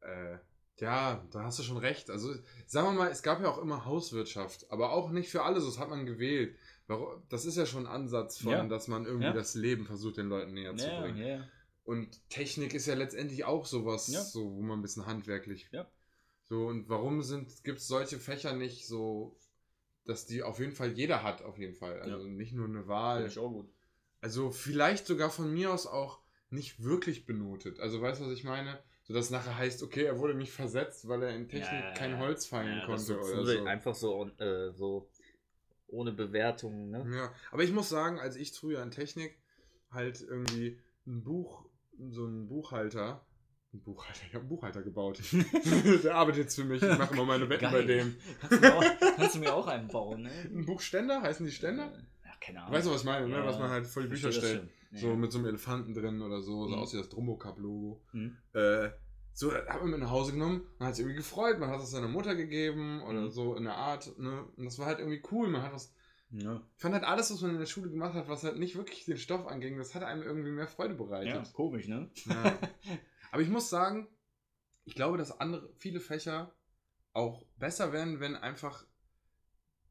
Speaker 3: Äh, ja, da hast du schon recht. Also, sagen wir mal, es gab ja auch immer Hauswirtschaft, aber auch nicht für alles. Das hat man gewählt. Warum- Das ist ja schon ein Ansatz von,
Speaker 4: Ja.
Speaker 3: dass man irgendwie
Speaker 4: Ja.
Speaker 3: das Leben versucht, den Leuten näher zu
Speaker 4: Ja,
Speaker 3: bringen.
Speaker 4: ja, ja.
Speaker 3: Und Technik ist ja letztendlich auch sowas,
Speaker 4: Ja.
Speaker 3: so, wo man ein bisschen handwerklich.
Speaker 4: Ja.
Speaker 3: So, und warum gibt es solche Fächer nicht so, dass die auf jeden Fall jeder hat, auf jeden Fall. Also
Speaker 4: Ja.
Speaker 3: nicht nur eine
Speaker 4: Finde
Speaker 3: Wahl.
Speaker 4: ich auch gut.
Speaker 3: Also vielleicht sogar von mir aus auch nicht wirklich benotet. Also weißt du, was ich meine? So dass nachher heißt, okay, er wurde nicht versetzt, weil er in Technik
Speaker 4: Ja, ja,
Speaker 3: kein
Speaker 4: ja.
Speaker 3: Holz fallen konnte oder so.
Speaker 4: Einfach so, äh, so ohne Bewertung, ne?
Speaker 3: Ja, aber ich muss sagen, als ich früher in Technik halt irgendwie ein Buch, so einen Buchhalter, ein Buchhalter, ich habe einen Buchhalter gebaut. Der arbeitet jetzt für mich, ich mache immer meine Wetten bei
Speaker 4: Geil.
Speaker 3: dem.
Speaker 4: Kannst, du mir auch, kannst du mir auch einen bauen, ne? Äh,
Speaker 3: Ein Buchständer, heißen die Ständer?
Speaker 4: Ja, keine Ahnung.
Speaker 3: Weißt du, was ich meine, ne?
Speaker 4: Ja,
Speaker 3: was man halt vor die
Speaker 4: ich
Speaker 3: Bücher
Speaker 4: verstehe das
Speaker 3: stellt.
Speaker 4: schon. Ja.
Speaker 3: So mit so einem Elefanten drin oder so, so
Speaker 4: Mhm.
Speaker 3: aus wie das Drumbo-Cup-Logo.
Speaker 4: Mhm.
Speaker 3: Äh, So, das hat man mit nach Hause genommen, man hat sich irgendwie gefreut, man hat es seiner Mutter gegeben oder
Speaker 4: Mhm.
Speaker 3: so in der Art, ne? Und das war halt irgendwie cool, man hat was.
Speaker 4: Ja.
Speaker 3: Ich fand halt alles, was man in der Schule gemacht hat, was halt nicht wirklich den Stoff anging, das hat einem irgendwie mehr Freude
Speaker 4: ja,
Speaker 3: bereitet.
Speaker 4: komisch, ne?
Speaker 3: Ja. Aber ich muss sagen, ich glaube, dass andere, viele Fächer auch besser werden, wenn einfach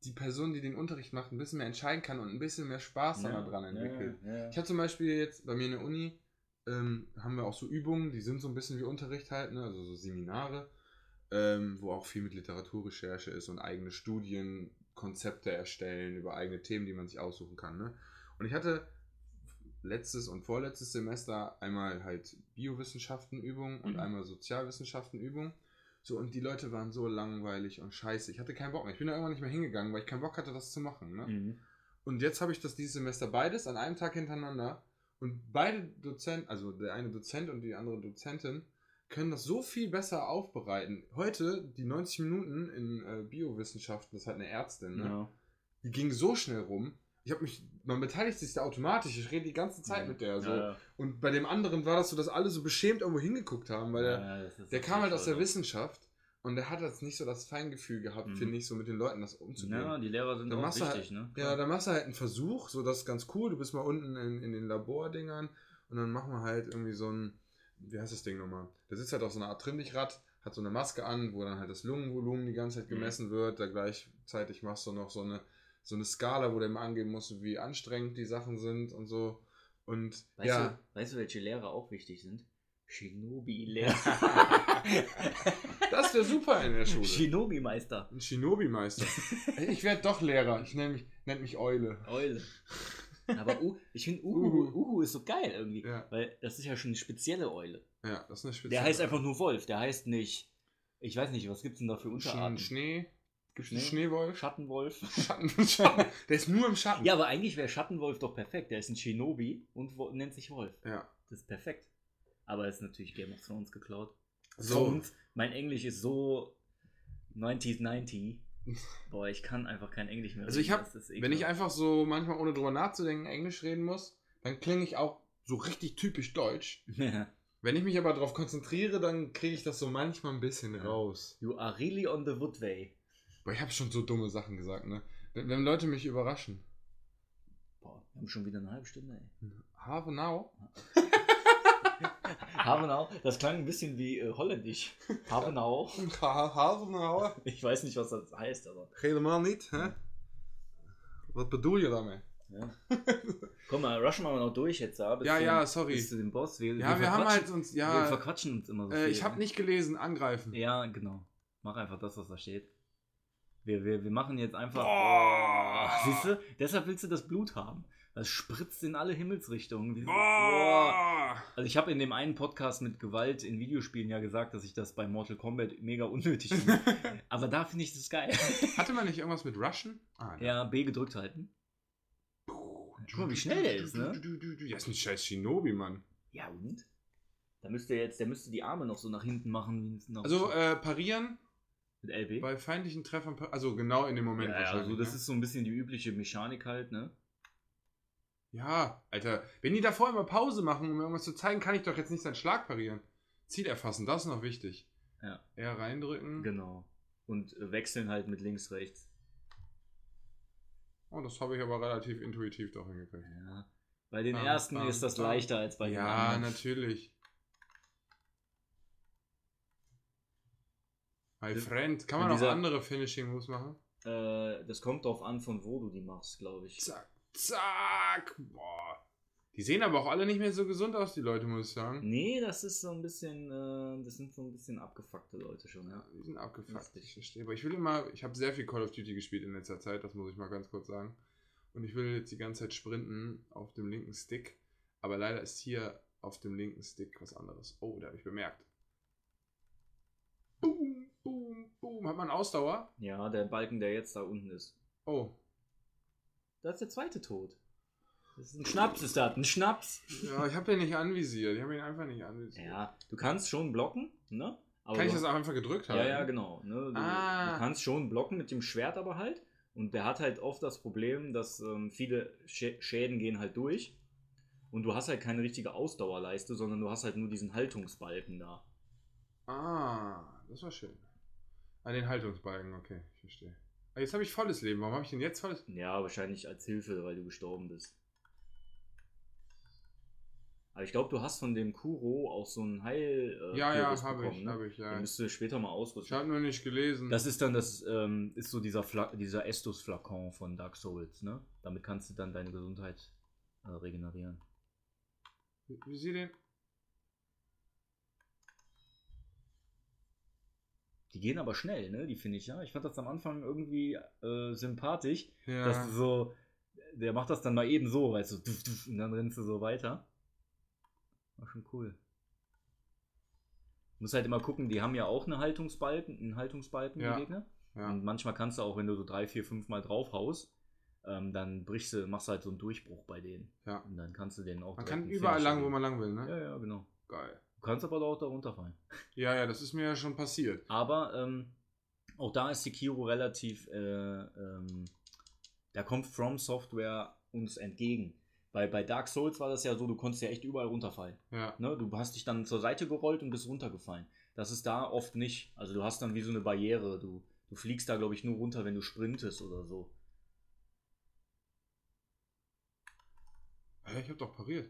Speaker 3: die Person, die den Unterricht macht, ein bisschen mehr entscheiden kann und ein bisschen mehr Spaß
Speaker 4: Ja,
Speaker 3: daran entwickelt.
Speaker 4: Ja, ja.
Speaker 3: Ich habe zum Beispiel jetzt bei mir in der Uni, ähm, haben wir auch so Übungen, die sind so ein bisschen wie Unterricht halt, ne? also so Seminare, ähm, wo auch viel mit Literaturrecherche ist und eigene Studien, Konzepte erstellen über eigene Themen, die man sich aussuchen kann. Ne? Und ich hatte letztes und vorletztes Semester einmal halt Biowissenschaften-Übung und
Speaker 4: Mhm.
Speaker 3: einmal Sozialwissenschaften-Übung. So, und die Leute waren so langweilig und scheiße. Ich hatte keinen Bock mehr. Ich bin da irgendwann nicht mehr hingegangen, weil ich keinen Bock hatte, das zu machen. Ne?
Speaker 4: Mhm.
Speaker 3: Und jetzt habe ich das dieses Semester beides an einem Tag hintereinander. Und beide Dozenten, also der eine Dozent und die andere Dozentin, können das so viel besser aufbereiten. Heute, die 90 Minuten in äh, Biowissenschaften, das hat eine Ärztin, ne?
Speaker 4: Ja.
Speaker 3: die ging so schnell rum. Ich habe mich, man beteiligt sich da automatisch. Ich rede die ganze Zeit mit der so.
Speaker 4: Ja,
Speaker 3: Und bei dem anderen war das so, dass alle so beschämt irgendwo hingeguckt haben, weil der,
Speaker 4: ja, das ist
Speaker 3: der kam halt aus der
Speaker 4: Wissen.
Speaker 3: Wissenschaft und der hat jetzt nicht so das Feingefühl gehabt,
Speaker 4: Mhm.
Speaker 3: finde ich, so mit den Leuten das umzugehen.
Speaker 4: Ja, die Lehrer sind
Speaker 3: Dann
Speaker 4: auch
Speaker 3: machst du halt-
Speaker 4: wichtig, ne?
Speaker 3: Ja, dann machst du halt einen Versuch, so das ist ganz cool. Du bist mal unten in, in den Labordingern und dann machen wir halt irgendwie so ein, wie heißt das Ding nochmal? Da sitzt halt auf so einer Art Trimmdichrad, hat so eine Maske an, wo dann halt das Lungenvolumen die ganze Zeit gemessen wird. Da gleichzeitig machst du noch so eine, so eine Skala, wo du immer angeben musst, wie anstrengend die Sachen sind und so. Und
Speaker 4: Weißt,
Speaker 3: ja.
Speaker 4: du, weißt du, welche Lehrer auch wichtig sind? Shinobi-Lehrer.
Speaker 3: Das wäre super in der Schule.
Speaker 4: Shinobi-Meister.
Speaker 3: Ein Shinobi-Meister. Ich werde doch Lehrer. Ich nenne mich, nenn mich Eule.
Speaker 4: Eule. Aber U, ich finde
Speaker 3: Uhu.
Speaker 4: Uhu, Uhu ist so geil irgendwie.
Speaker 3: Ja.
Speaker 4: Weil das ist ja schon eine spezielle Eule.
Speaker 3: Ja, das ist eine Spitze.
Speaker 4: Der heißt einfach nur Wolf. Der heißt nicht. Ich weiß nicht, was gibt's denn da für Unterarten?
Speaker 3: Schnee. Gibt's einen
Speaker 4: Schnee?
Speaker 3: Schneewolf?
Speaker 4: Schattenwolf.
Speaker 3: Schatten, Schatten. Der ist nur im Schatten.
Speaker 4: Ja, aber eigentlich wäre Schattenwolf doch perfekt. Der ist ein Shinobi und wo, nennt sich Wolf.
Speaker 3: Ja.
Speaker 4: Das ist perfekt. Aber ist natürlich Game of Thrones geklaut.
Speaker 3: So.
Speaker 4: Thrones. Mein Englisch ist so 90s 90. Boah, ich kann einfach kein Englisch mehr.
Speaker 3: Also ich
Speaker 4: reden.
Speaker 3: hab-
Speaker 4: Das ist
Speaker 3: Wenn ich
Speaker 4: ekelhaft.
Speaker 3: einfach so manchmal ohne drüber nachzudenken Englisch reden muss, dann klinge ich auch so richtig typisch deutsch. Wenn ich mich aber darauf konzentriere, dann kriege ich das so manchmal ein bisschen
Speaker 4: Ja.
Speaker 3: raus.
Speaker 4: you are really on the wood way.
Speaker 3: Boah, ich habe schon so dumme Sachen gesagt, ne? Wenn, wenn Leute mich überraschen.
Speaker 4: Boah, wir haben schon wieder eine halbe Stunde, ey.
Speaker 3: Have now?
Speaker 4: Havenau, das klang ein bisschen wie äh, holländisch. Havenau.
Speaker 3: Ha- Have now?
Speaker 4: Ich weiß nicht, was das heißt, aber.
Speaker 3: Helemaal nicht, hä? Was bedoel je damit?
Speaker 4: Ja. Komm mal, rushen wir mal noch durch jetzt da. bis
Speaker 3: Ja,
Speaker 4: zu-
Speaker 3: ja, sorry.
Speaker 4: Bis zu dem Boss.
Speaker 3: Ja, wir haben
Speaker 4: verquatschen-
Speaker 3: halt uns,
Speaker 4: Wir
Speaker 3: ja,
Speaker 4: verquatschen uns immer so.
Speaker 3: äh,
Speaker 4: viel,
Speaker 3: ich habe
Speaker 4: ne?
Speaker 3: nicht gelesen, angreifen.
Speaker 4: Ja, genau. Mach einfach das, was da steht. Wir, wir, wir machen jetzt einfach. Oh,
Speaker 3: Boah.
Speaker 4: Siehst du? Deshalb willst du das Blut haben. Das spritzt in alle Himmelsrichtungen. Wie- Boah.
Speaker 3: Boah.
Speaker 4: Also ich habe in dem einen Podcast mit Gewalt in Videospielen ja gesagt, dass ich das bei Mortal Kombat mega unnötig finde. Aber da finde ich das geil.
Speaker 3: Hatte man nicht irgendwas mit Russian? Ah, ne.
Speaker 4: Ja, B gedrückt halten. Guck mal, wie schnell der ist, ne?
Speaker 3: Ja, ist ein scheiß Shinobi, Mann.
Speaker 4: Ja und? Da müsste jetzt, der müsste die Arme noch so nach hinten machen, wie es noch
Speaker 3: Also äh, parieren
Speaker 4: mit LB.
Speaker 3: bei feindlichen Treffern, pa- also genau in dem Moment
Speaker 4: ja, ja, also das
Speaker 3: ne?
Speaker 4: ist so ein bisschen die übliche Mechanik halt, ne?
Speaker 3: Ja, Alter, wenn die davor immer Pause machen, um mir irgendwas zu zeigen, kann ich doch jetzt nicht seinen Schlag parieren. Ziel erfassen, das ist noch wichtig.
Speaker 4: Ja.
Speaker 3: Eher reindrücken.
Speaker 4: Genau. Und äh, wechseln halt mit links, rechts.
Speaker 3: Oh, das habe ich aber relativ intuitiv doch hingekriegt.
Speaker 4: Ja. Bei den
Speaker 3: Bam,
Speaker 4: ersten
Speaker 3: bam,
Speaker 4: ist das
Speaker 3: bam.
Speaker 4: leichter als bei den
Speaker 3: ja, ne.
Speaker 4: anderen.
Speaker 3: natürlich. My
Speaker 4: Das-
Speaker 3: friend, kann
Speaker 4: Und
Speaker 3: man auch
Speaker 4: dieser-
Speaker 3: andere Finishing Moves machen?
Speaker 4: Äh, das kommt drauf an, von wo du die machst, glaube ich.
Speaker 3: Zack, zack. Boah. Die sehen aber auch alle nicht mehr so gesund aus, die Leute, muss ich sagen.
Speaker 4: Nee, das ist so ein bisschen, äh, das sind so ein bisschen abgefuckte Leute schon, ja.
Speaker 3: Die sind abgefuckt,
Speaker 4: Lustig.
Speaker 3: ich verstehe. Aber ich will immer, ich habe sehr viel Call of Duty gespielt in letzter Zeit, das muss ich mal ganz kurz sagen. Und ich will jetzt die ganze Zeit sprinten auf dem linken Stick. Aber leider ist hier auf dem linken Stick was anderes. Oh, da habe ich bemerkt. Boom, boom, boom. Hat man Ausdauer?
Speaker 4: Ja, der Balken, der jetzt da unten ist.
Speaker 3: Oh,
Speaker 4: Da ist der zweite Tod. Das ist ein Schnaps, ist das, ein Schnaps.
Speaker 3: ja, ich habe den nicht anvisiert. Ich habe ihn einfach nicht anvisiert.
Speaker 4: Ja, du kannst schon blocken, ne? Aber
Speaker 3: Kann ich
Speaker 4: du-
Speaker 3: das auch einfach gedrückt haben?
Speaker 4: Ja, ja, genau. Ne? Du,
Speaker 3: Ah.
Speaker 4: du kannst schon blocken mit dem Schwert aber halt. Und der hat halt oft das Problem, dass ähm, viele Schä Schäden gehen halt durch. Und du hast halt keine richtige Ausdauerleiste, sondern du hast halt nur diesen Haltungsbalken da.
Speaker 3: Ah, das war schön. An den Haltungsbalken, okay, ich verstehe. Ah, Jetzt habe ich volles Leben. Warum habe ich denn jetzt volles
Speaker 4: Ja, wahrscheinlich als Hilfe, weil du gestorben bist. Aber ich glaube, du hast von dem Kuro auch so einen Heil. Äh,
Speaker 3: Ja,
Speaker 4: Kürbis
Speaker 3: ja, habe
Speaker 4: bekommen,
Speaker 3: ich,
Speaker 4: ne?
Speaker 3: habe ich, ja.
Speaker 4: Den müsst ihr später mal
Speaker 3: Ich habe
Speaker 4: ausrutschen.
Speaker 3: nur nicht gelesen.
Speaker 4: Das ist dann das, ähm, ist so dieser, Fla dieser Estus-Flakon von Dark Souls, ne? Damit kannst du dann deine Gesundheit äh, regenerieren.
Speaker 3: Wie- Wie sieht denn?
Speaker 4: Die gehen aber schnell, ne? Die finde ich, ja. Ich fand das am Anfang irgendwie äh, sympathisch, dass
Speaker 3: Ja.
Speaker 4: du so, der macht das dann mal eben so, weißt du, duf, duf, und dann rennst du so weiter. War schon cool. Muss halt immer gucken, die haben ja auch eine Haltungsbalken, einen Haltungsbalken,
Speaker 3: Ja.
Speaker 4: die Gegner.
Speaker 3: ja.
Speaker 4: Und manchmal kannst du auch, wenn du so drei, vier, fünf Mal draufhaust, ähm, dann brichst du, machst du halt so einen Durchbruch bei denen.
Speaker 3: Ja.
Speaker 4: Und dann kannst du denen auch.
Speaker 3: Man
Speaker 4: direkt
Speaker 3: kann
Speaker 4: einen
Speaker 3: überall
Speaker 4: Finisher
Speaker 3: lang, wo
Speaker 4: geben.
Speaker 3: man lang will, ne?
Speaker 4: Ja, ja, genau.
Speaker 3: Geil.
Speaker 4: Du kannst aber auch da runterfallen.
Speaker 3: Ja, ja, das ist mir ja schon passiert.
Speaker 4: Aber ähm, auch da ist Sekiro relativ, äh, ähm, da kommt From Software uns entgegen. Weil bei Dark Souls war das ja so, du konntest ja echt überall runterfallen.
Speaker 3: Ja.
Speaker 4: Ne? Du hast dich dann zur Seite gerollt und bist runtergefallen. Das ist da oft nicht. Also du hast dann wie so eine Barriere. Du, du fliegst da, glaube ich, nur runter, wenn du sprintest oder so.
Speaker 3: Hä, ich habe doch pariert.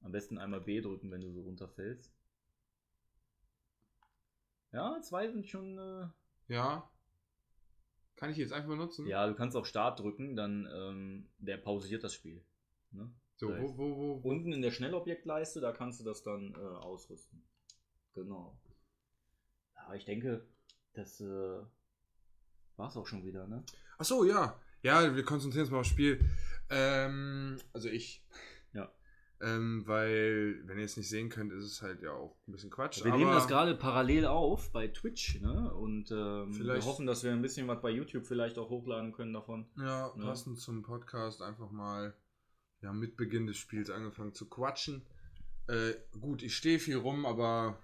Speaker 4: Am besten einmal B drücken, wenn du so runterfällst. Ja, zwei sind schon. Äh,
Speaker 3: Ja. Kann ich jetzt einfach benutzen?
Speaker 4: Ja, du kannst auch Start drücken, dann ähm, der pausiert das Spiel. Ne?
Speaker 3: So, wo, wo, wo, wo?
Speaker 4: Unten in der Schnellobjektleiste, da kannst du das dann äh, ausrüsten. Genau. Aber ich denke, das äh, war's auch schon wieder, ne?
Speaker 3: Ach so, ja. Ja, wir konzentrieren uns mal aufs Spiel. Ähm, also ich.
Speaker 4: Ja.
Speaker 3: Ähm, weil, wenn ihr es nicht sehen könnt, ist es halt ja auch ein bisschen Quatsch.
Speaker 4: Wir
Speaker 3: aber
Speaker 4: nehmen das gerade parallel auf bei Twitch, ne? Und ähm, wir
Speaker 3: Vielleicht-
Speaker 4: hoffen, dass wir ein bisschen was bei YouTube vielleicht auch hochladen können davon.
Speaker 3: Ja,
Speaker 4: Ne?
Speaker 3: passend zum Podcast einfach mal ja, mit Beginn des Spiels angefangen zu quatschen. Äh, gut, ich stehe viel rum, aber.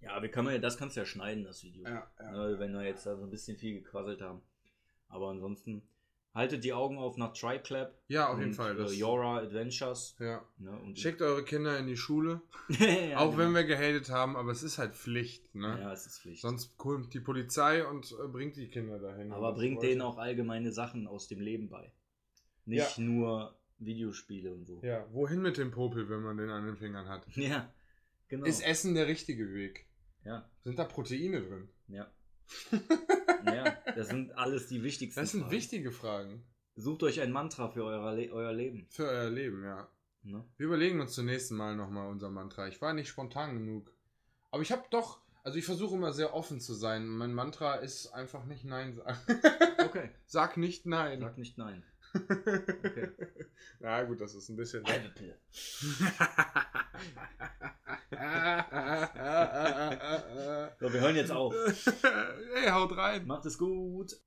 Speaker 4: Ja, wir können ja, das kannst du ja schneiden, das Video.
Speaker 3: Ja, ja.
Speaker 4: Ne, wenn wir jetzt da so ein bisschen viel gequasselt haben. Aber ansonsten haltet die Augen auf nach TriClap.
Speaker 3: ja auf jeden
Speaker 4: und,
Speaker 3: Fall.
Speaker 4: Äh,
Speaker 3: Das,
Speaker 4: Yora Adventures.
Speaker 3: ja.
Speaker 4: Ne, und
Speaker 3: Schickt eure Kinder in die Schule.
Speaker 4: Ja,
Speaker 3: auch
Speaker 4: genau.
Speaker 3: wenn wir gehatet haben, aber es ist halt Pflicht. Ne?
Speaker 4: Ja, es ist Pflicht.
Speaker 3: Sonst kommt die Polizei und äh, bringt die Kinder dahin.
Speaker 4: Aber
Speaker 3: Das
Speaker 4: bringt
Speaker 3: wollte-
Speaker 4: denen auch allgemeine Sachen aus dem Leben bei. Nicht nur Videospiele und so.
Speaker 3: Ja, wohin mit dem Popel, wenn man den an den Fingern hat?
Speaker 4: Ja, genau.
Speaker 3: Ist Essen der richtige Weg?
Speaker 4: ja,
Speaker 3: Sind da Proteine drin?
Speaker 4: ja. ja, das sind alles die wichtigsten.
Speaker 3: Das sind
Speaker 4: Fragen.
Speaker 3: wichtige Fragen
Speaker 4: Sucht euch ein Mantra für euer, Le euer Leben.
Speaker 3: für euer Leben, ja.
Speaker 4: Ne?
Speaker 3: Wir überlegen uns zum nächsten Mal nochmal unser Mantra. Ich war nicht spontan genug. Aber ich habe doch, also ich versuche immer sehr offen zu sein. Mein Mantra ist einfach nicht Nein sagen.
Speaker 4: Okay,
Speaker 3: Sag nicht Nein.
Speaker 4: sag nicht nein.
Speaker 3: okay.
Speaker 4: Okay.
Speaker 3: Na gut, das ist ein bisschen.
Speaker 4: Halbe Pille.
Speaker 3: hey,
Speaker 4: So, wir hören jetzt auf.
Speaker 3: haut rein.
Speaker 4: Macht es gut.